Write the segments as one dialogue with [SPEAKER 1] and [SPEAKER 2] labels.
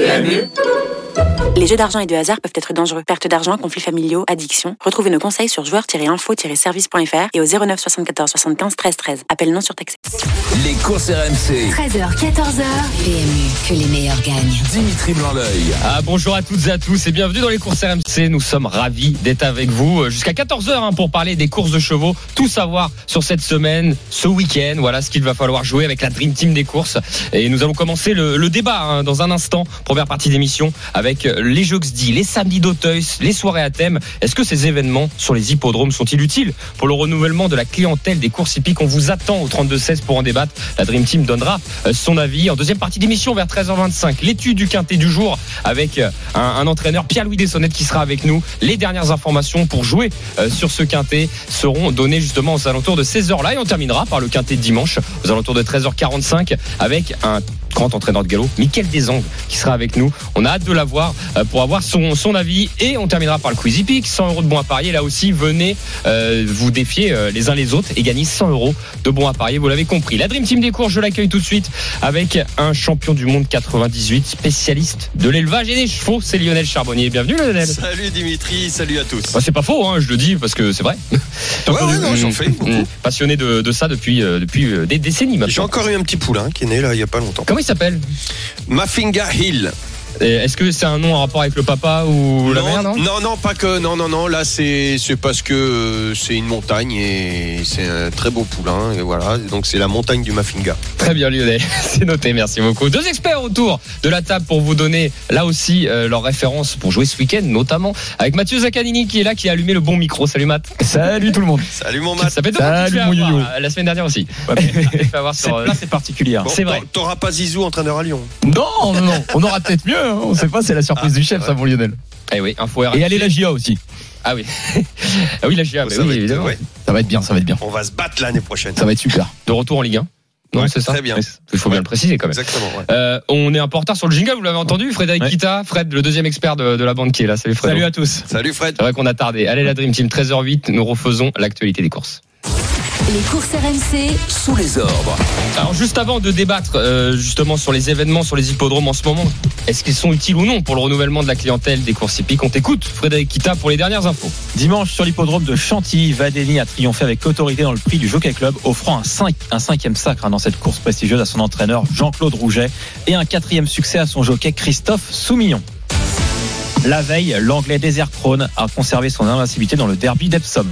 [SPEAKER 1] PMU
[SPEAKER 2] Les jeux d'argent et de hasard peuvent être dangereux. Perte d'argent, conflits familiaux, addiction. Retrouvez nos conseils sur joueurs-info-service.fr et au 09 74 75 13 13. Appel non surtaxé.
[SPEAKER 3] Les courses RMC,
[SPEAKER 4] 13h, 14h, PMU, que les meilleurs gagnent.
[SPEAKER 3] Dimitri Blanc-L'œil.
[SPEAKER 5] Ah, bonjour à toutes et à tous et bienvenue dans les courses RMC. Nous sommes ravis d'être avec vous euh, jusqu'à 14h hein, pour parler des courses de chevaux, tout savoir sur cette semaine, ce week-end. Voilà ce qu'il va falloir jouer avec la Dream Team des courses. Et nous allons commencer le, le débat hein, dans un instant, première partie d'émission, avec euh, les Jeux XD, les samedis d'Auteuil, les soirées à thème. Est-ce que ces événements sur les hippodromes sont-ils utiles pour le renouvellement de la clientèle des courses hippiques On vous attend au 32-16 pour en débattre. La Dream Team donnera euh, son avis. En deuxième partie d'émission, vers 13h25, l'étude du quintet du jour avec euh, un, un entraîneur, Pierre-Louis Dessonnette, qui sera avec nous. Les dernières informations pour jouer euh, sur ce quintet seront données justement aux alentours de 16h là. Et on terminera par le quintet de dimanche, aux alentours de 13h45, avec un grand entraîneur de galop, Mickaël Desangles, qui sera avec nous. On a hâte de l'avoir euh, pour avoir son, son avis. Et on terminera par le Quiz Hippique, 100 euros de bons à parier. Là aussi, venez euh, vous défier euh, les uns les autres et gagner 100 euros de bons à parier. Vous l'avez compris. La Dream Team des cours, je l'accueille tout de suite avec un champion du monde 98, spécialiste de l'élevage et des chevaux. C'est Lionel Charbonnier. Bienvenue, Lionel.
[SPEAKER 6] Salut Dimitri, salut à tous.
[SPEAKER 5] Bah, c'est pas faux, hein, je le dis parce que c'est vrai. T'as
[SPEAKER 6] Ouais,
[SPEAKER 5] entendu
[SPEAKER 6] ouais, non, j'en fais beaucoup.
[SPEAKER 5] Mmh. Passionné de, de ça depuis, euh, depuis euh, des décennies
[SPEAKER 6] J'ai
[SPEAKER 5] maintenant.
[SPEAKER 6] encore eu un petit poulain qui est né là il y a pas longtemps.
[SPEAKER 5] Comment il s'appelle
[SPEAKER 6] Maffinga Hill.
[SPEAKER 5] Et Est-ce que c'est un nom en rapport avec le papa ou la mère non
[SPEAKER 6] non, non, pas que. Non, non, non. Là, c'est c'est parce que euh, c'est une montagne et c'est un très beau poulain. Et voilà, donc c'est la montagne du Maffinga.
[SPEAKER 5] Très bien Lionel, c'est noté, merci beaucoup. Deux experts autour de la table pour vous donner là aussi euh, leurs références pour jouer ce week-end, notamment avec Mathieu Zaccanini qui est là, qui a allumé le bon micro. Salut Matt.
[SPEAKER 7] Salut tout le monde.
[SPEAKER 6] Salut mon
[SPEAKER 5] Ça
[SPEAKER 6] Matt.
[SPEAKER 5] fait deux fois que tu
[SPEAKER 7] Salut,
[SPEAKER 5] fais
[SPEAKER 7] mon
[SPEAKER 5] avoir,
[SPEAKER 7] yoyo.
[SPEAKER 5] euh, La semaine dernière aussi. Fait avoir sur, euh,
[SPEAKER 7] place est particulière.
[SPEAKER 6] Bon,
[SPEAKER 5] c'est vrai.
[SPEAKER 6] t'a- T'auras pas Zizou, entraîneur à Lyon.
[SPEAKER 7] Non, non, non. On aura peut-être mieux. hein. On sait pas, c'est la surprise du chef, ça, pour Lionel.
[SPEAKER 5] Eh oui, info
[SPEAKER 7] Et
[SPEAKER 5] RMC.
[SPEAKER 7] allez, la GIA aussi.
[SPEAKER 5] Ah oui. ah oui, la GIA, mais
[SPEAKER 6] Ça va
[SPEAKER 5] oui,
[SPEAKER 6] être-
[SPEAKER 5] évidemment.
[SPEAKER 6] ouais,
[SPEAKER 7] Ça va être bien, ça va être bien.
[SPEAKER 6] on va se battre l'année prochaine.
[SPEAKER 7] Ça va être super.
[SPEAKER 5] De retour en Ligue 1. Non,
[SPEAKER 6] Ouais,
[SPEAKER 5] c'est ça
[SPEAKER 6] très bien.
[SPEAKER 5] Oui, Il faut bien le préciser quand même.
[SPEAKER 6] Exactement. ouais.
[SPEAKER 5] Euh, on est un peu en retard sur le jingle, vous l'avez entendu, Frédéric
[SPEAKER 7] Ouais.
[SPEAKER 5] Kita, Fred, le deuxième expert de, de la bande qui est là. Salut Fred.
[SPEAKER 7] à tous.
[SPEAKER 6] Salut Fred.
[SPEAKER 5] C'est vrai qu'on a tardé. Allez la Dream Team, 13h08, nous refaisons l'actualité des courses.
[SPEAKER 4] Les courses RMC,
[SPEAKER 3] Sous les ordres.
[SPEAKER 5] Alors juste avant de débattre euh, justement sur les événements, sur les hippodromes en ce moment, est-ce qu'ils sont utiles ou non pour le renouvellement de la clientèle des courses hippiques On t'écoute, Frédéric Kita, pour les dernières infos.
[SPEAKER 8] Dimanche, sur l'hippodrome de Chantilly, Vadeni a triomphé avec autorité dans le prix du Jockey Club, offrant un, cinq- un cinquième sacre hein, dans cette course prestigieuse à son entraîneur Jean-Claude Rouget et un quatrième succès à son jockey Christophe Soumillon. La veille, l'anglais Desert Crone a conservé son invincibilité dans le derby d'Epsom.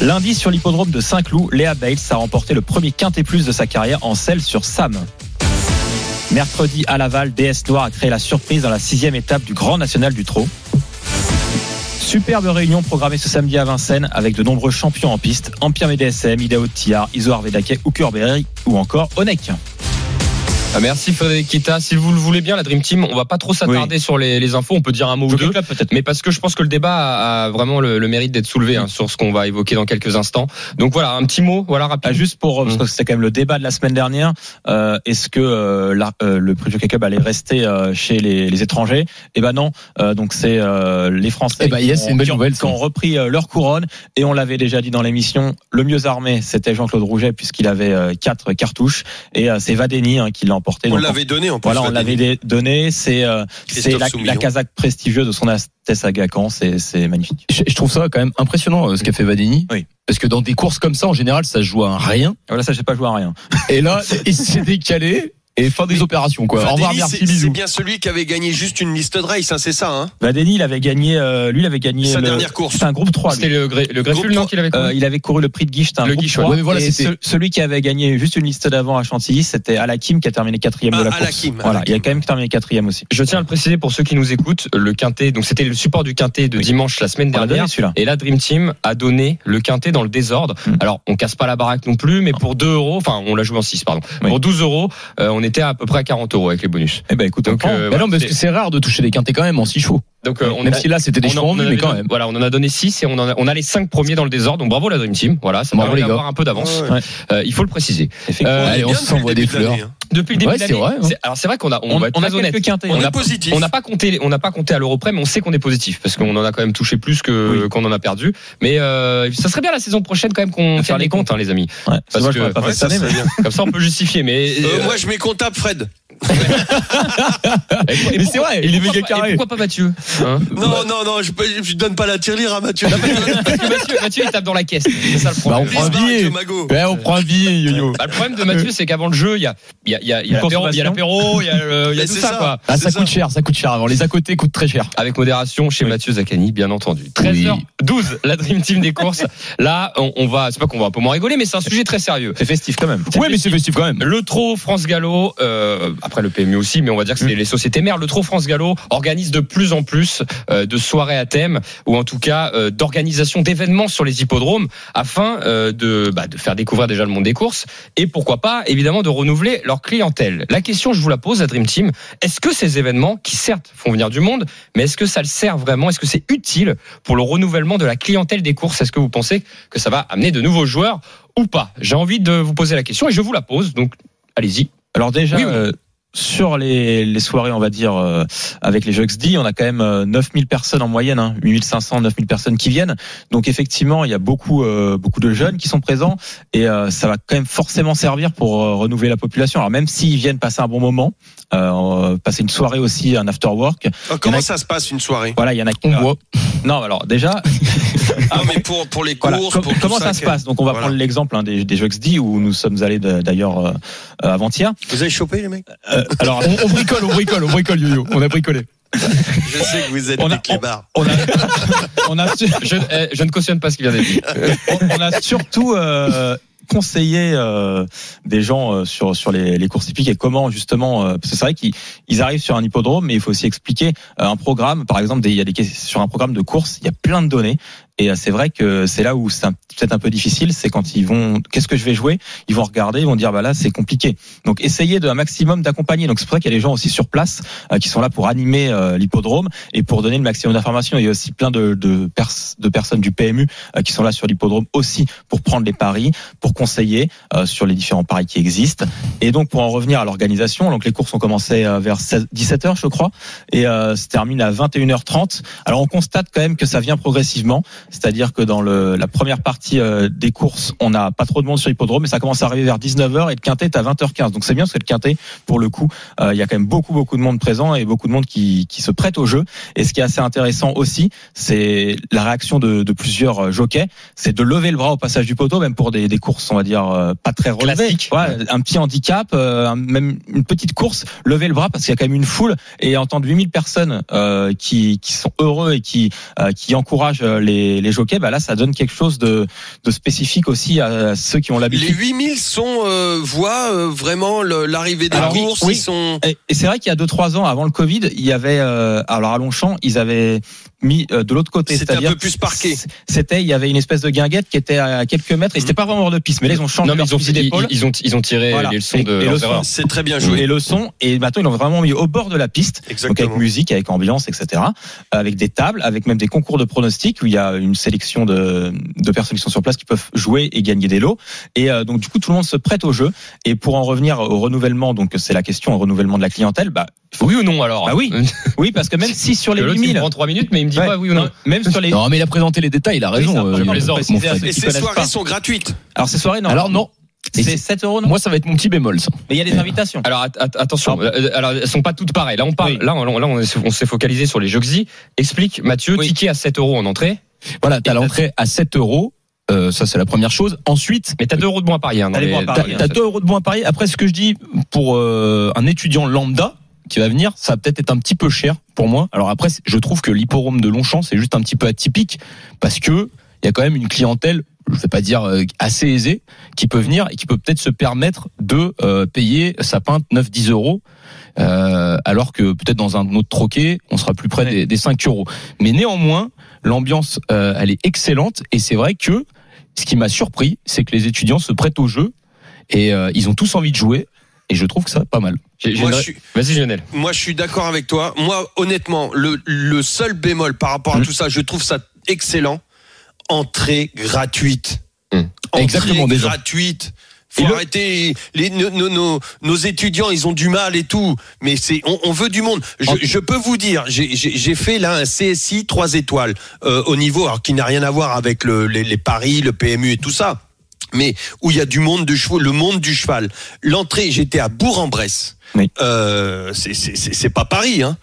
[SPEAKER 8] Lundi, sur l'hippodrome de Saint-Cloud, Léa Bales a remporté le premier quintet plus de sa carrière en selle sur Sam. Mercredi, à Laval, DS Noir a créé la surprise dans la sixième étape du Grand National du Trot. Superbe réunion programmée ce samedi à Vincennes avec de nombreux champions en piste Empire BDSM, Idaho Tiar, Iso Arvedake, Hooker Berry ou encore Onek.
[SPEAKER 5] Ah, merci Frédéric Kita. Si vous le voulez bien, la Dream Team, on va pas trop s'attarder sur les, les infos, on peut dire un mot ou deux.
[SPEAKER 8] Club peut-être.
[SPEAKER 5] Mais parce que je pense que le débat a a vraiment le, le mérite d'être soulevé hein, sur ce qu'on va évoquer dans quelques instants. Donc voilà, un petit mot, voilà
[SPEAKER 8] Ah,
[SPEAKER 7] Mmh.
[SPEAKER 5] rapide.
[SPEAKER 8] juste pour, parce
[SPEAKER 5] Mm.
[SPEAKER 8] que c'était quand même le débat de la semaine dernière, euh, est-ce que euh, la- euh, le prix Jockey Club allait rester euh, chez les, les étrangers Eh ben non, Euh, donc c'est euh, les Français
[SPEAKER 7] Eh ben,
[SPEAKER 8] qui,
[SPEAKER 7] yes,
[SPEAKER 8] ont,
[SPEAKER 7] c'est une bonne
[SPEAKER 8] qui ont-
[SPEAKER 7] nouvelle,
[SPEAKER 8] qui
[SPEAKER 7] ça.
[SPEAKER 8] ont repris euh, leur couronne, et on l'avait déjà dit dans l'émission, le mieux armé c'était Jean-Claude Rouget puisqu'il avait euh, quatre cartouches, et euh, c'est Vadeni hein, qui l'a emporté.
[SPEAKER 6] On
[SPEAKER 8] Donc, en
[SPEAKER 6] l'avait donné en plus.
[SPEAKER 8] Voilà, on
[SPEAKER 6] Fred.
[SPEAKER 8] l'avait dé- donné. C'est euh,
[SPEAKER 6] Christophe
[SPEAKER 8] c'est la,
[SPEAKER 6] Soumillon.
[SPEAKER 8] la Kazakh prestigieuse de son Astès Agacan. C'est c'est magnifique.
[SPEAKER 7] Je, je trouve ça quand même impressionnant, euh, ce qu'a fait Vadini.
[SPEAKER 8] Oui.
[SPEAKER 7] Parce que dans des courses comme ça, en général, ça se joue à un rien.
[SPEAKER 8] Voilà, ça, j'ai pas joué à rien.
[SPEAKER 7] Et là, il s'est décalé. Et fin des opérations, quoi. Au revoir,
[SPEAKER 6] Fadeli,
[SPEAKER 7] merci,
[SPEAKER 6] c'est- C'est
[SPEAKER 7] bisous.
[SPEAKER 6] bien celui qui avait gagné juste une liste de race, hein, c'est ça. Hein
[SPEAKER 8] Vadeni, Bah, il avait gagné. euh, lui, il avait gagné.
[SPEAKER 6] Sa
[SPEAKER 8] le-
[SPEAKER 6] dernière course.
[SPEAKER 8] C'était un groupe 3. lui.
[SPEAKER 5] C'était le, gré- le Grefful,
[SPEAKER 6] Groupe
[SPEAKER 5] non,
[SPEAKER 6] trois,
[SPEAKER 5] qu'il avait
[SPEAKER 8] Euh,
[SPEAKER 5] connu
[SPEAKER 8] il avait couru le prix de Guiche, c'était un
[SPEAKER 5] Le
[SPEAKER 8] groupe
[SPEAKER 5] Guiche,
[SPEAKER 8] 3,
[SPEAKER 7] ouais. Mais voilà,
[SPEAKER 8] et
[SPEAKER 7] c'était-
[SPEAKER 8] ce- celui qui avait gagné juste une liste d'avant à Chantilly, c'était Alakim qui a terminé quatrième de la
[SPEAKER 6] Ah,
[SPEAKER 8] course.
[SPEAKER 6] Alakim,
[SPEAKER 8] voilà,
[SPEAKER 6] Alakim.
[SPEAKER 8] il a quand même terminé quatrième aussi.
[SPEAKER 5] Je tiens à le préciser pour ceux qui nous écoutent, le quintet, donc c'était le support du quintet de
[SPEAKER 8] Oui.
[SPEAKER 5] dimanche la semaine
[SPEAKER 8] On l'a
[SPEAKER 5] dernière.
[SPEAKER 8] donné, celui-là.
[SPEAKER 5] Et la Dream Team a donné le quintet dans le désordre.
[SPEAKER 8] Mm.
[SPEAKER 5] Alors, on casse pas la baraque non plus,
[SPEAKER 7] Ah.
[SPEAKER 5] mais pour 2 euros, enfin, on l'a joué en 6, pardon.
[SPEAKER 8] Oui.
[SPEAKER 5] Pour 12 euros, euh, on était à peu près à 40 euros avec les bonus.
[SPEAKER 8] Eh ben, écoute,
[SPEAKER 5] Donc,
[SPEAKER 8] on prend.
[SPEAKER 5] euh,
[SPEAKER 7] Bah
[SPEAKER 5] voilà,
[SPEAKER 7] non, parce
[SPEAKER 5] c'est-
[SPEAKER 7] que c'est rare de toucher des quintés quand même en six chevaux.
[SPEAKER 5] Donc, euh, on
[SPEAKER 7] même
[SPEAKER 5] a-
[SPEAKER 7] si là, c'était des
[SPEAKER 5] on en-
[SPEAKER 7] chevaux
[SPEAKER 5] on
[SPEAKER 7] en
[SPEAKER 5] en
[SPEAKER 7] vue,
[SPEAKER 5] avait
[SPEAKER 7] mais quand
[SPEAKER 5] don-
[SPEAKER 7] même.
[SPEAKER 5] Voilà, on en a donné 6 et on, en a, on a les 5 premiers dans le désordre. Donc, bravo la Dream Team. Voilà, ça
[SPEAKER 7] Bravo,
[SPEAKER 5] permet
[SPEAKER 7] les gars.
[SPEAKER 5] d'avoir un peu d'avance.
[SPEAKER 6] Ouais,
[SPEAKER 8] ouais.
[SPEAKER 5] Euh, il faut le préciser.
[SPEAKER 8] Effectivement.
[SPEAKER 5] Euh,
[SPEAKER 6] est
[SPEAKER 7] allez, on
[SPEAKER 6] bien
[SPEAKER 7] se
[SPEAKER 6] depuis le
[SPEAKER 7] envoie des
[SPEAKER 6] début de
[SPEAKER 7] fleurs.
[SPEAKER 6] l'année, hein.
[SPEAKER 5] Depuis le début
[SPEAKER 7] Ouais,
[SPEAKER 5] de
[SPEAKER 7] c'est
[SPEAKER 5] l'année,
[SPEAKER 7] vrai, hein.
[SPEAKER 5] c'est- Alors, c'est vrai qu'on a, on,
[SPEAKER 8] On-
[SPEAKER 5] va être
[SPEAKER 8] on a
[SPEAKER 5] très honnête.
[SPEAKER 8] quelques hein. quintets.
[SPEAKER 5] On
[SPEAKER 6] On
[SPEAKER 5] a-
[SPEAKER 6] est positif.
[SPEAKER 5] On n'a pas compté, les- on n'a pas compté à l'euro près, mais on sait qu'on est positif parce qu'on en a quand même touché plus que qu'on en a perdu. Mais euh, ça serait bien la saison prochaine quand même qu'on fasse
[SPEAKER 8] Faire
[SPEAKER 5] les
[SPEAKER 8] les
[SPEAKER 5] comptes, hein, les amis.
[SPEAKER 8] Ouais,
[SPEAKER 5] parce
[SPEAKER 8] parce
[SPEAKER 5] que-
[SPEAKER 8] que, pas
[SPEAKER 6] Ouais,
[SPEAKER 8] fait cette
[SPEAKER 6] ça
[SPEAKER 8] année, mais
[SPEAKER 6] serait bien.
[SPEAKER 5] Comme ça, on peut justifier. Mais
[SPEAKER 6] Euh,
[SPEAKER 5] euh,
[SPEAKER 6] moi, je mets comptable, Fred.
[SPEAKER 5] Et
[SPEAKER 7] Mais c'est
[SPEAKER 5] pourquoi-
[SPEAKER 7] vrai,
[SPEAKER 5] et
[SPEAKER 7] il est
[SPEAKER 5] pourquoi
[SPEAKER 7] méga
[SPEAKER 5] pas-
[SPEAKER 7] carré.
[SPEAKER 5] Et pourquoi pas Mathieu hein
[SPEAKER 6] Non, non, non, je peux- je donne pas la tirelire à Mathieu.
[SPEAKER 5] Parce que Mathieu, Mathieu, il tape dans la caisse. C'est ça le
[SPEAKER 7] Bah, on
[SPEAKER 5] problème.
[SPEAKER 7] prend un
[SPEAKER 6] Please, Barack,
[SPEAKER 7] billet.
[SPEAKER 6] Mago.
[SPEAKER 7] Ouais, on prend un billet, yo-yo.
[SPEAKER 5] Bah, le problème de Mathieu, c'est qu'avant le jeu, il y a, il y a, il y a- il y a
[SPEAKER 8] Une
[SPEAKER 5] l'apéro, il y a l'apéro, il y a, le- il y a
[SPEAKER 6] Mais
[SPEAKER 5] tout
[SPEAKER 6] c'est
[SPEAKER 5] ça,
[SPEAKER 6] ça.
[SPEAKER 5] quoi.
[SPEAKER 7] Ah, ça
[SPEAKER 6] C'est ça.
[SPEAKER 7] coûte cher, ça coûte cher avant. Les à côté coûtent très cher.
[SPEAKER 5] Avec modération chez Mathieu Zaccani, bien entendu. 13h12, la Dream Team des courses. Là, on, on va, c'est pas qu'on va un peu moins rigoler, mais c'est un sujet très sérieux.
[SPEAKER 8] C'est festif quand même.
[SPEAKER 7] Ouais, mais c'est festif quand même.
[SPEAKER 5] Le Trot France Gallo, euh, après le PMU aussi, mais on va dire que c'est les sociétés mères. Le Trot France Gallo organise de plus en plus euh, de soirées à thème, ou en tout cas euh, d'organisation d'événements sur les hippodromes, afin euh, de, bah, de faire découvrir déjà le monde des courses et pourquoi pas, évidemment, de renouveler leur clientèle. La question, je vous la pose à Dream Team est-ce que ces événements, qui certes font venir du monde, mais est-ce que ça le sert vraiment Est-ce que c'est utile pour le renouvellement de la clientèle des courses Est-ce que vous pensez que ça va amener de nouveaux joueurs ou pas J'ai envie de vous poser la question et je vous la pose. Donc, allez-y.
[SPEAKER 8] Alors déjà,
[SPEAKER 5] Oui, oui.
[SPEAKER 8] euh, sur les, les soirées, on va dire, euh, avec les Jeux XD, on a quand même euh, 9000 personnes en moyenne, hein, 8500, 9000 personnes qui viennent. Donc effectivement, il y a beaucoup, euh, beaucoup de jeunes qui sont présents et euh, ça va quand même forcément servir pour euh, renouveler la population. Alors même s'ils viennent passer un bon moment, euh, passer une soirée aussi, un after work,
[SPEAKER 6] Ah, Comment ça se passe une soirée
[SPEAKER 8] voilà, il y en a qui...
[SPEAKER 7] boit.
[SPEAKER 8] Non, alors déjà,
[SPEAKER 6] Non, Ah, mais pour, pour les
[SPEAKER 8] Voilà.
[SPEAKER 6] courses,
[SPEAKER 8] Com-
[SPEAKER 6] pour tout
[SPEAKER 8] comment ça se
[SPEAKER 6] que-
[SPEAKER 8] passe Donc on va
[SPEAKER 6] Voilà.
[SPEAKER 8] prendre l'exemple hein, des, des Jeux XD où nous sommes allés de- d'ailleurs euh, euh, avant-hier.
[SPEAKER 6] Vous avez chopé, les mecs
[SPEAKER 8] Euh, alors
[SPEAKER 7] On, on bricole, on bricole, on bricole, yo-yo. On a bricolé.
[SPEAKER 6] Je sais que vous êtes
[SPEAKER 8] On a-
[SPEAKER 6] des clébards.
[SPEAKER 8] on a, on a su-
[SPEAKER 5] Je, eh, je ne cautionne pas ce qu'il vient d'être dit.
[SPEAKER 8] on, on a surtout euh, conseillé euh, des gens euh, sur sur les, les courses hippiques et comment justement euh, parce que c'est vrai qu'ils ils arrivent sur un hippodrome mais il faut aussi expliquer euh, un programme par exemple des- il y a des ques- sur un programme de course il y a plein de données et euh, c'est vrai que c'est là où c'est un- peut-être un peu difficile c'est quand ils vont qu'est-ce que je vais jouer ils vont regarder ils vont dire bah là c'est compliqué donc essayez de un maximum d'accompagner donc c'est pour ça qu'il y a des gens aussi sur place euh, qui sont là pour animer euh, l'hippodrome et pour donner le maximum d'informations il y a aussi plein de de, pers- de personnes du PMU euh, qui sont là sur l'hippodrome aussi pour prendre les paris, pour conseiller euh, sur les différents paris qui existent. Et donc pour en revenir à l'organisation, donc les courses ont commencé euh, vers 17h je crois et euh, se termine à 21h30. Alors on constate quand même que ça vient progressivement, c'est-à-dire que dans le, la première partie euh, des courses, on n'a pas trop de monde sur l'hippodrome mais ça commence à arriver vers 19h et le quintet est à 20h15. Donc c'est bien parce que le quintet pour le coup, euh, il y a quand même beaucoup beaucoup de monde présent et beaucoup de monde qui, qui se prête au jeu. Et ce qui est assez intéressant aussi, c'est la réaction de, de plusieurs euh, jockeys, c'est de lever le bras au passage du poteau, même pour des, des courses, on va dire, euh, pas très relevées.
[SPEAKER 5] Classique.
[SPEAKER 8] Ouais, Un petit handicap, euh, un- même une petite course, lever le bras parce qu'il y a quand même une foule et entendre 8000 personnes euh, qui, qui sont heureux et qui, euh, qui encouragent euh, les, les jockeys, bah là, ça donne quelque chose de, de spécifique aussi à ceux qui ont
[SPEAKER 6] Les
[SPEAKER 8] l'habitude.
[SPEAKER 6] 8000 sont, euh, voient euh, vraiment le- l'arrivée des
[SPEAKER 8] Alors, oui,
[SPEAKER 6] courses.
[SPEAKER 8] oui.
[SPEAKER 6] Ils sont.
[SPEAKER 8] Et et c'est vrai qu'il y a 2-3 ans, avant le Covid, il y avait, euh, alors à Longchamp, ils avaient mis euh, de l'autre côté,
[SPEAKER 6] C'était un
[SPEAKER 8] c'est-à-dire
[SPEAKER 6] peu plus parqué. Mhm.
[SPEAKER 8] C- C'était, il y avait une espèce de guinguette qui était à quelques mètres et c'était pas vraiment hors de piste. Mais là, ils ont changé
[SPEAKER 5] Non, mais
[SPEAKER 8] leur
[SPEAKER 5] ils ont,
[SPEAKER 8] fusil
[SPEAKER 5] ils,
[SPEAKER 8] d'épaule.
[SPEAKER 5] ils ont, ils ont tiré
[SPEAKER 8] Voilà.
[SPEAKER 5] les leçons de
[SPEAKER 8] Et- et
[SPEAKER 5] leurs
[SPEAKER 8] le son-
[SPEAKER 5] erreurs.
[SPEAKER 6] C'est très bien joué.
[SPEAKER 8] Et le son, et maintenant ils l'ont vraiment mis au bord de la piste, donc avec musique, avec ambiance, etc. Avec des tables, avec même des concours de pronostics où il y a une sélection de, de personnes qui sont sur place qui peuvent jouer et gagner des lots. Et euh, donc du coup tout le monde se prête au jeu. Et pour en revenir au renouvellement, donc c'est la question au renouvellement de la clientèle. Bah
[SPEAKER 5] Oui ou non alors
[SPEAKER 8] Bah oui. oui parce que même si sur
[SPEAKER 5] Que
[SPEAKER 8] les
[SPEAKER 5] l'autre, il
[SPEAKER 8] 8000
[SPEAKER 5] prend 3 minutes, mais il me dit
[SPEAKER 8] Ouais.
[SPEAKER 5] pas oui ou non.
[SPEAKER 8] même sur les
[SPEAKER 7] Non, mais il a présenté les détails, il a raison.
[SPEAKER 8] Oui, ça,
[SPEAKER 7] euh,
[SPEAKER 8] je les
[SPEAKER 7] mon
[SPEAKER 8] ordres,
[SPEAKER 7] frère.
[SPEAKER 8] c'est-
[SPEAKER 6] Et
[SPEAKER 8] qui
[SPEAKER 6] ces
[SPEAKER 8] connaissent
[SPEAKER 6] soirées
[SPEAKER 8] pas.
[SPEAKER 6] sont gratuites.
[SPEAKER 8] alors ces soirées non euh,
[SPEAKER 7] Alors non,
[SPEAKER 8] c'est 7 euros non
[SPEAKER 7] moi ça va être mon petit bémol ça.
[SPEAKER 8] mais il y a des invitations
[SPEAKER 5] Alors att- att- attention,
[SPEAKER 8] Alors-
[SPEAKER 5] euh, alors elles sont pas toutes pareilles. Là on parle,
[SPEAKER 8] Oui.
[SPEAKER 5] là, on, là, on est- on s'est focalisé sur les Joxy. Explique Mathieu,
[SPEAKER 8] Oui.
[SPEAKER 5] ticket à 7 euros en entrée,
[SPEAKER 7] Voilà, t'as l'entrée à 7 euros. Euh, ça, c'est la première chose. Ensuite,
[SPEAKER 5] mais t'as 2 euros de moins à parier. hein, dans
[SPEAKER 8] T'as les
[SPEAKER 5] les-
[SPEAKER 8] points à
[SPEAKER 5] dans
[SPEAKER 8] parier,
[SPEAKER 5] les-
[SPEAKER 7] t'as 2 euros de moins à parier. Après, ce que je dis pour euh, un étudiant lambda qui va venir, ça va peut-être être un petit peu cher pour moi. Alors après, c'est- je trouve que l'hipporome de Longchamp, c'est juste un petit peu atypique parce que il y a quand même une clientèle, je vais pas dire euh, assez aisée, qui peut venir et qui peut peut-être se permettre de euh, payer sa pinte 9-10 euros. Euh, alors que peut-être dans un autre troquet, on sera plus près des, des 5 euros. Mais néanmoins, l'ambiance, euh, elle est excellente. Et c'est vrai que ce qui m'a surpris, c'est que les étudiants se prêtent au jeu et euh, ils ont tous envie de jouer. Et je trouve que ça pas mal.
[SPEAKER 5] J'ai- j'ai
[SPEAKER 6] Moi,
[SPEAKER 5] une-
[SPEAKER 6] je suis-
[SPEAKER 5] Vas-y Lionel.
[SPEAKER 6] Moi, je suis d'accord avec toi. Moi, honnêtement, le, le seul bémol par rapport
[SPEAKER 5] Mm.
[SPEAKER 6] à tout ça, je trouve ça excellent. Entrée gratuite.
[SPEAKER 5] Mm.
[SPEAKER 6] Entrée
[SPEAKER 7] Exactement, déjà.
[SPEAKER 6] gratuite. Faut
[SPEAKER 5] Et le-
[SPEAKER 6] arrêter. Les, nos, nos- nos- nos étudiants, ils ont du mal et tout. Mais c'est, on, on veut du monde. Je,
[SPEAKER 5] En-
[SPEAKER 6] je peux vous dire, j'ai- j'ai j'ai fait là un CSI 3 étoiles euh, au niveau, alors qui n'a rien à voir avec le- les, les paris, le PMU et tout ça. Mais où il y a du monde de chevaux, le monde du cheval. L'entrée, j'étais à Bourg-en-Bresse.
[SPEAKER 7] Oui.
[SPEAKER 6] Euh, c'est- c'est c'est- c'est pas Paris. Hein.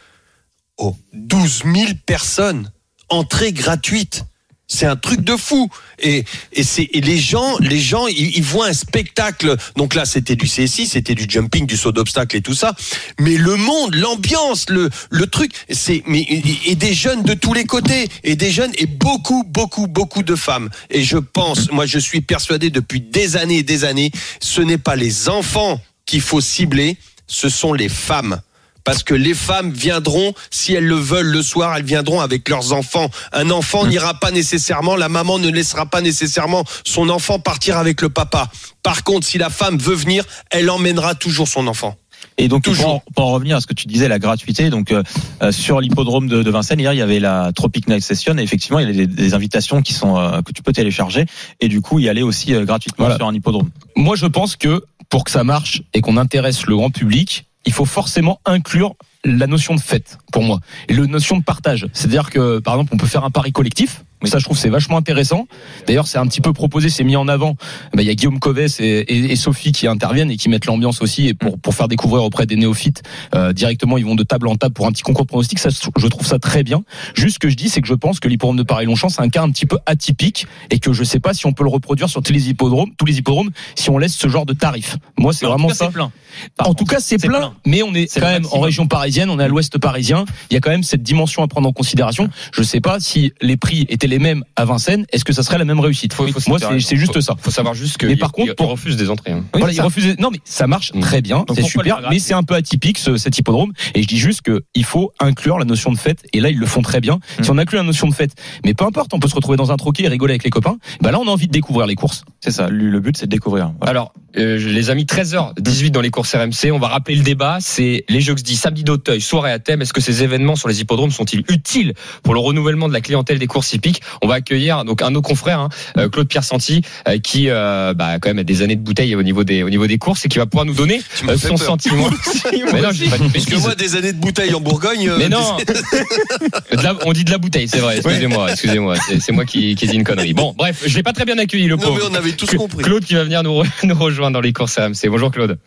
[SPEAKER 6] Oh, 12 000 personnes, entrée gratuite. C'est un truc de fou. Et, et, c'est- et les gens, les gens ils, ils voient un spectacle. Donc là, c'était du CSI, c'était du jumping, du saut d'obstacle et tout ça. Mais le monde, l'ambiance, le, le truc, c'est mais et et des jeunes de tous les côtés, et des jeunes et beaucoup, beaucoup, beaucoup de femmes. Et je pense, moi, je suis persuadé depuis des années et des années, ce n'est pas les enfants qu'il faut cibler, ce sont les femmes. Parce que les femmes viendront, si elles le veulent le soir, elles viendront avec leurs enfants. Un enfant n'ira pas nécessairement, la maman ne laissera pas nécessairement son enfant partir avec le papa. Par contre, si la femme veut venir, elle emmènera toujours son enfant.
[SPEAKER 8] Et donc, pour en,
[SPEAKER 6] Toujours.
[SPEAKER 8] pour en revenir à ce que tu disais, la gratuité, donc euh, euh, sur l'hippodrome de, de Vincennes, hier, il y avait la Tropic Night Session, et effectivement, il y a des, des invitations qui sont euh, que tu peux télécharger, et du coup, y aller aussi euh, gratuitement
[SPEAKER 7] Voilà.
[SPEAKER 8] sur un hippodrome.
[SPEAKER 7] Moi, je pense que pour que ça marche et qu'on intéresse le grand public, il faut forcément inclure la notion de fête, pour moi, et la notion de partage. C'est-à-dire que, par exemple, on peut faire un pari collectif. Ça, je trouve, c'est vachement intéressant. D'ailleurs, c'est un petit peu proposé, c'est mis en avant. Eh ben, Il y a Guillaume Covès et, et- et Sophie qui interviennent et qui mettent l'ambiance aussi. Et pour, pour faire découvrir auprès des néophytes, euh, directement, ils vont de table en table pour un petit concours de pronostic. Ça, je trouve ça très bien. Juste ce que je dis, c'est que je pense que l'hippodrome de Paris-Longchamp, c'est un cas un petit peu atypique et que je sais pas si on peut le reproduire sur tous les hippodromes, tous les hippodromes, si on laisse ce genre de tarif. Moi, c'est
[SPEAKER 8] Mais Bah, en
[SPEAKER 7] vraiment
[SPEAKER 8] tout
[SPEAKER 7] ça.
[SPEAKER 8] cas, c'est plein. Par
[SPEAKER 7] En
[SPEAKER 8] contre,
[SPEAKER 7] tout cas, c'est
[SPEAKER 8] c'est
[SPEAKER 7] plein,
[SPEAKER 8] plein.
[SPEAKER 7] mais on est
[SPEAKER 8] C'est
[SPEAKER 7] quand
[SPEAKER 8] le
[SPEAKER 7] même en
[SPEAKER 8] maximum.
[SPEAKER 7] région parisienne, on est à l'ouest parisien. Il y a quand même cette dimension à prendre en considération. Je sais pas si les prix étaient les mêmes à Vincennes, est-ce que ça serait la même réussite
[SPEAKER 5] Faut- faut
[SPEAKER 7] Moi,
[SPEAKER 5] se
[SPEAKER 7] c'est
[SPEAKER 5] faire-
[SPEAKER 7] c'est juste
[SPEAKER 5] faut-
[SPEAKER 7] ça.
[SPEAKER 5] Faut savoir juste que.
[SPEAKER 7] Mais par contre, pour-
[SPEAKER 5] on refuse des entrées. hein.
[SPEAKER 7] Voilà, il refusait- Non, mais ça marche
[SPEAKER 5] Mm.
[SPEAKER 7] très bien, c'est
[SPEAKER 8] pourquoi le
[SPEAKER 7] super,
[SPEAKER 8] paragraphe
[SPEAKER 7] mais c'est un peu atypique ce- cet hippodrome. Et je dis juste que il faut inclure la notion de fête. Et là, ils le font très bien. Si on inclut la notion de fête, mais peu importe, on peut se retrouver dans un troquet et rigoler avec les copains. Bah là, on a envie de découvrir les courses.
[SPEAKER 8] C'est ça, le le but, c'est de découvrir. Voilà.
[SPEAKER 5] Alors, euh, les amis, 13h18 dans les courses RMC. On va rappeler le débat. C'est les Jeux dit samedi d'Auteuil, soirée à thème. Est-ce que ces événements sur les hippodromes sont-ils utiles pour le renouvellement de la clientèle des courses hippiques On va accueillir donc un de nos confrères, hein, euh, Claude Pierre Santi, euh, qui euh, bah, quand même a des années de bouteille au niveau des au niveau des courses et qui va pouvoir nous donner
[SPEAKER 6] m'as
[SPEAKER 5] euh,
[SPEAKER 6] fait
[SPEAKER 5] son
[SPEAKER 6] peur.
[SPEAKER 5] sentiment. mais non, je dis pas de
[SPEAKER 6] Parce que
[SPEAKER 5] bêtises.
[SPEAKER 6] moi, des années de bouteille en Bourgogne. euh,
[SPEAKER 5] Mais non De la- On dit de la bouteille, c'est vrai. Excusez-moi, excusez-moi. C'est c'est moi qui, qui ai dit une connerie. Bon, bref, je l'ai pas très bien accueilli le
[SPEAKER 6] Non, mais
[SPEAKER 5] pauvre.
[SPEAKER 6] on avait tous
[SPEAKER 5] Cla-
[SPEAKER 6] compris.
[SPEAKER 5] Claude qui va venir nous, re- nous rejoindre dans les courses RMC. Bonjour Claude.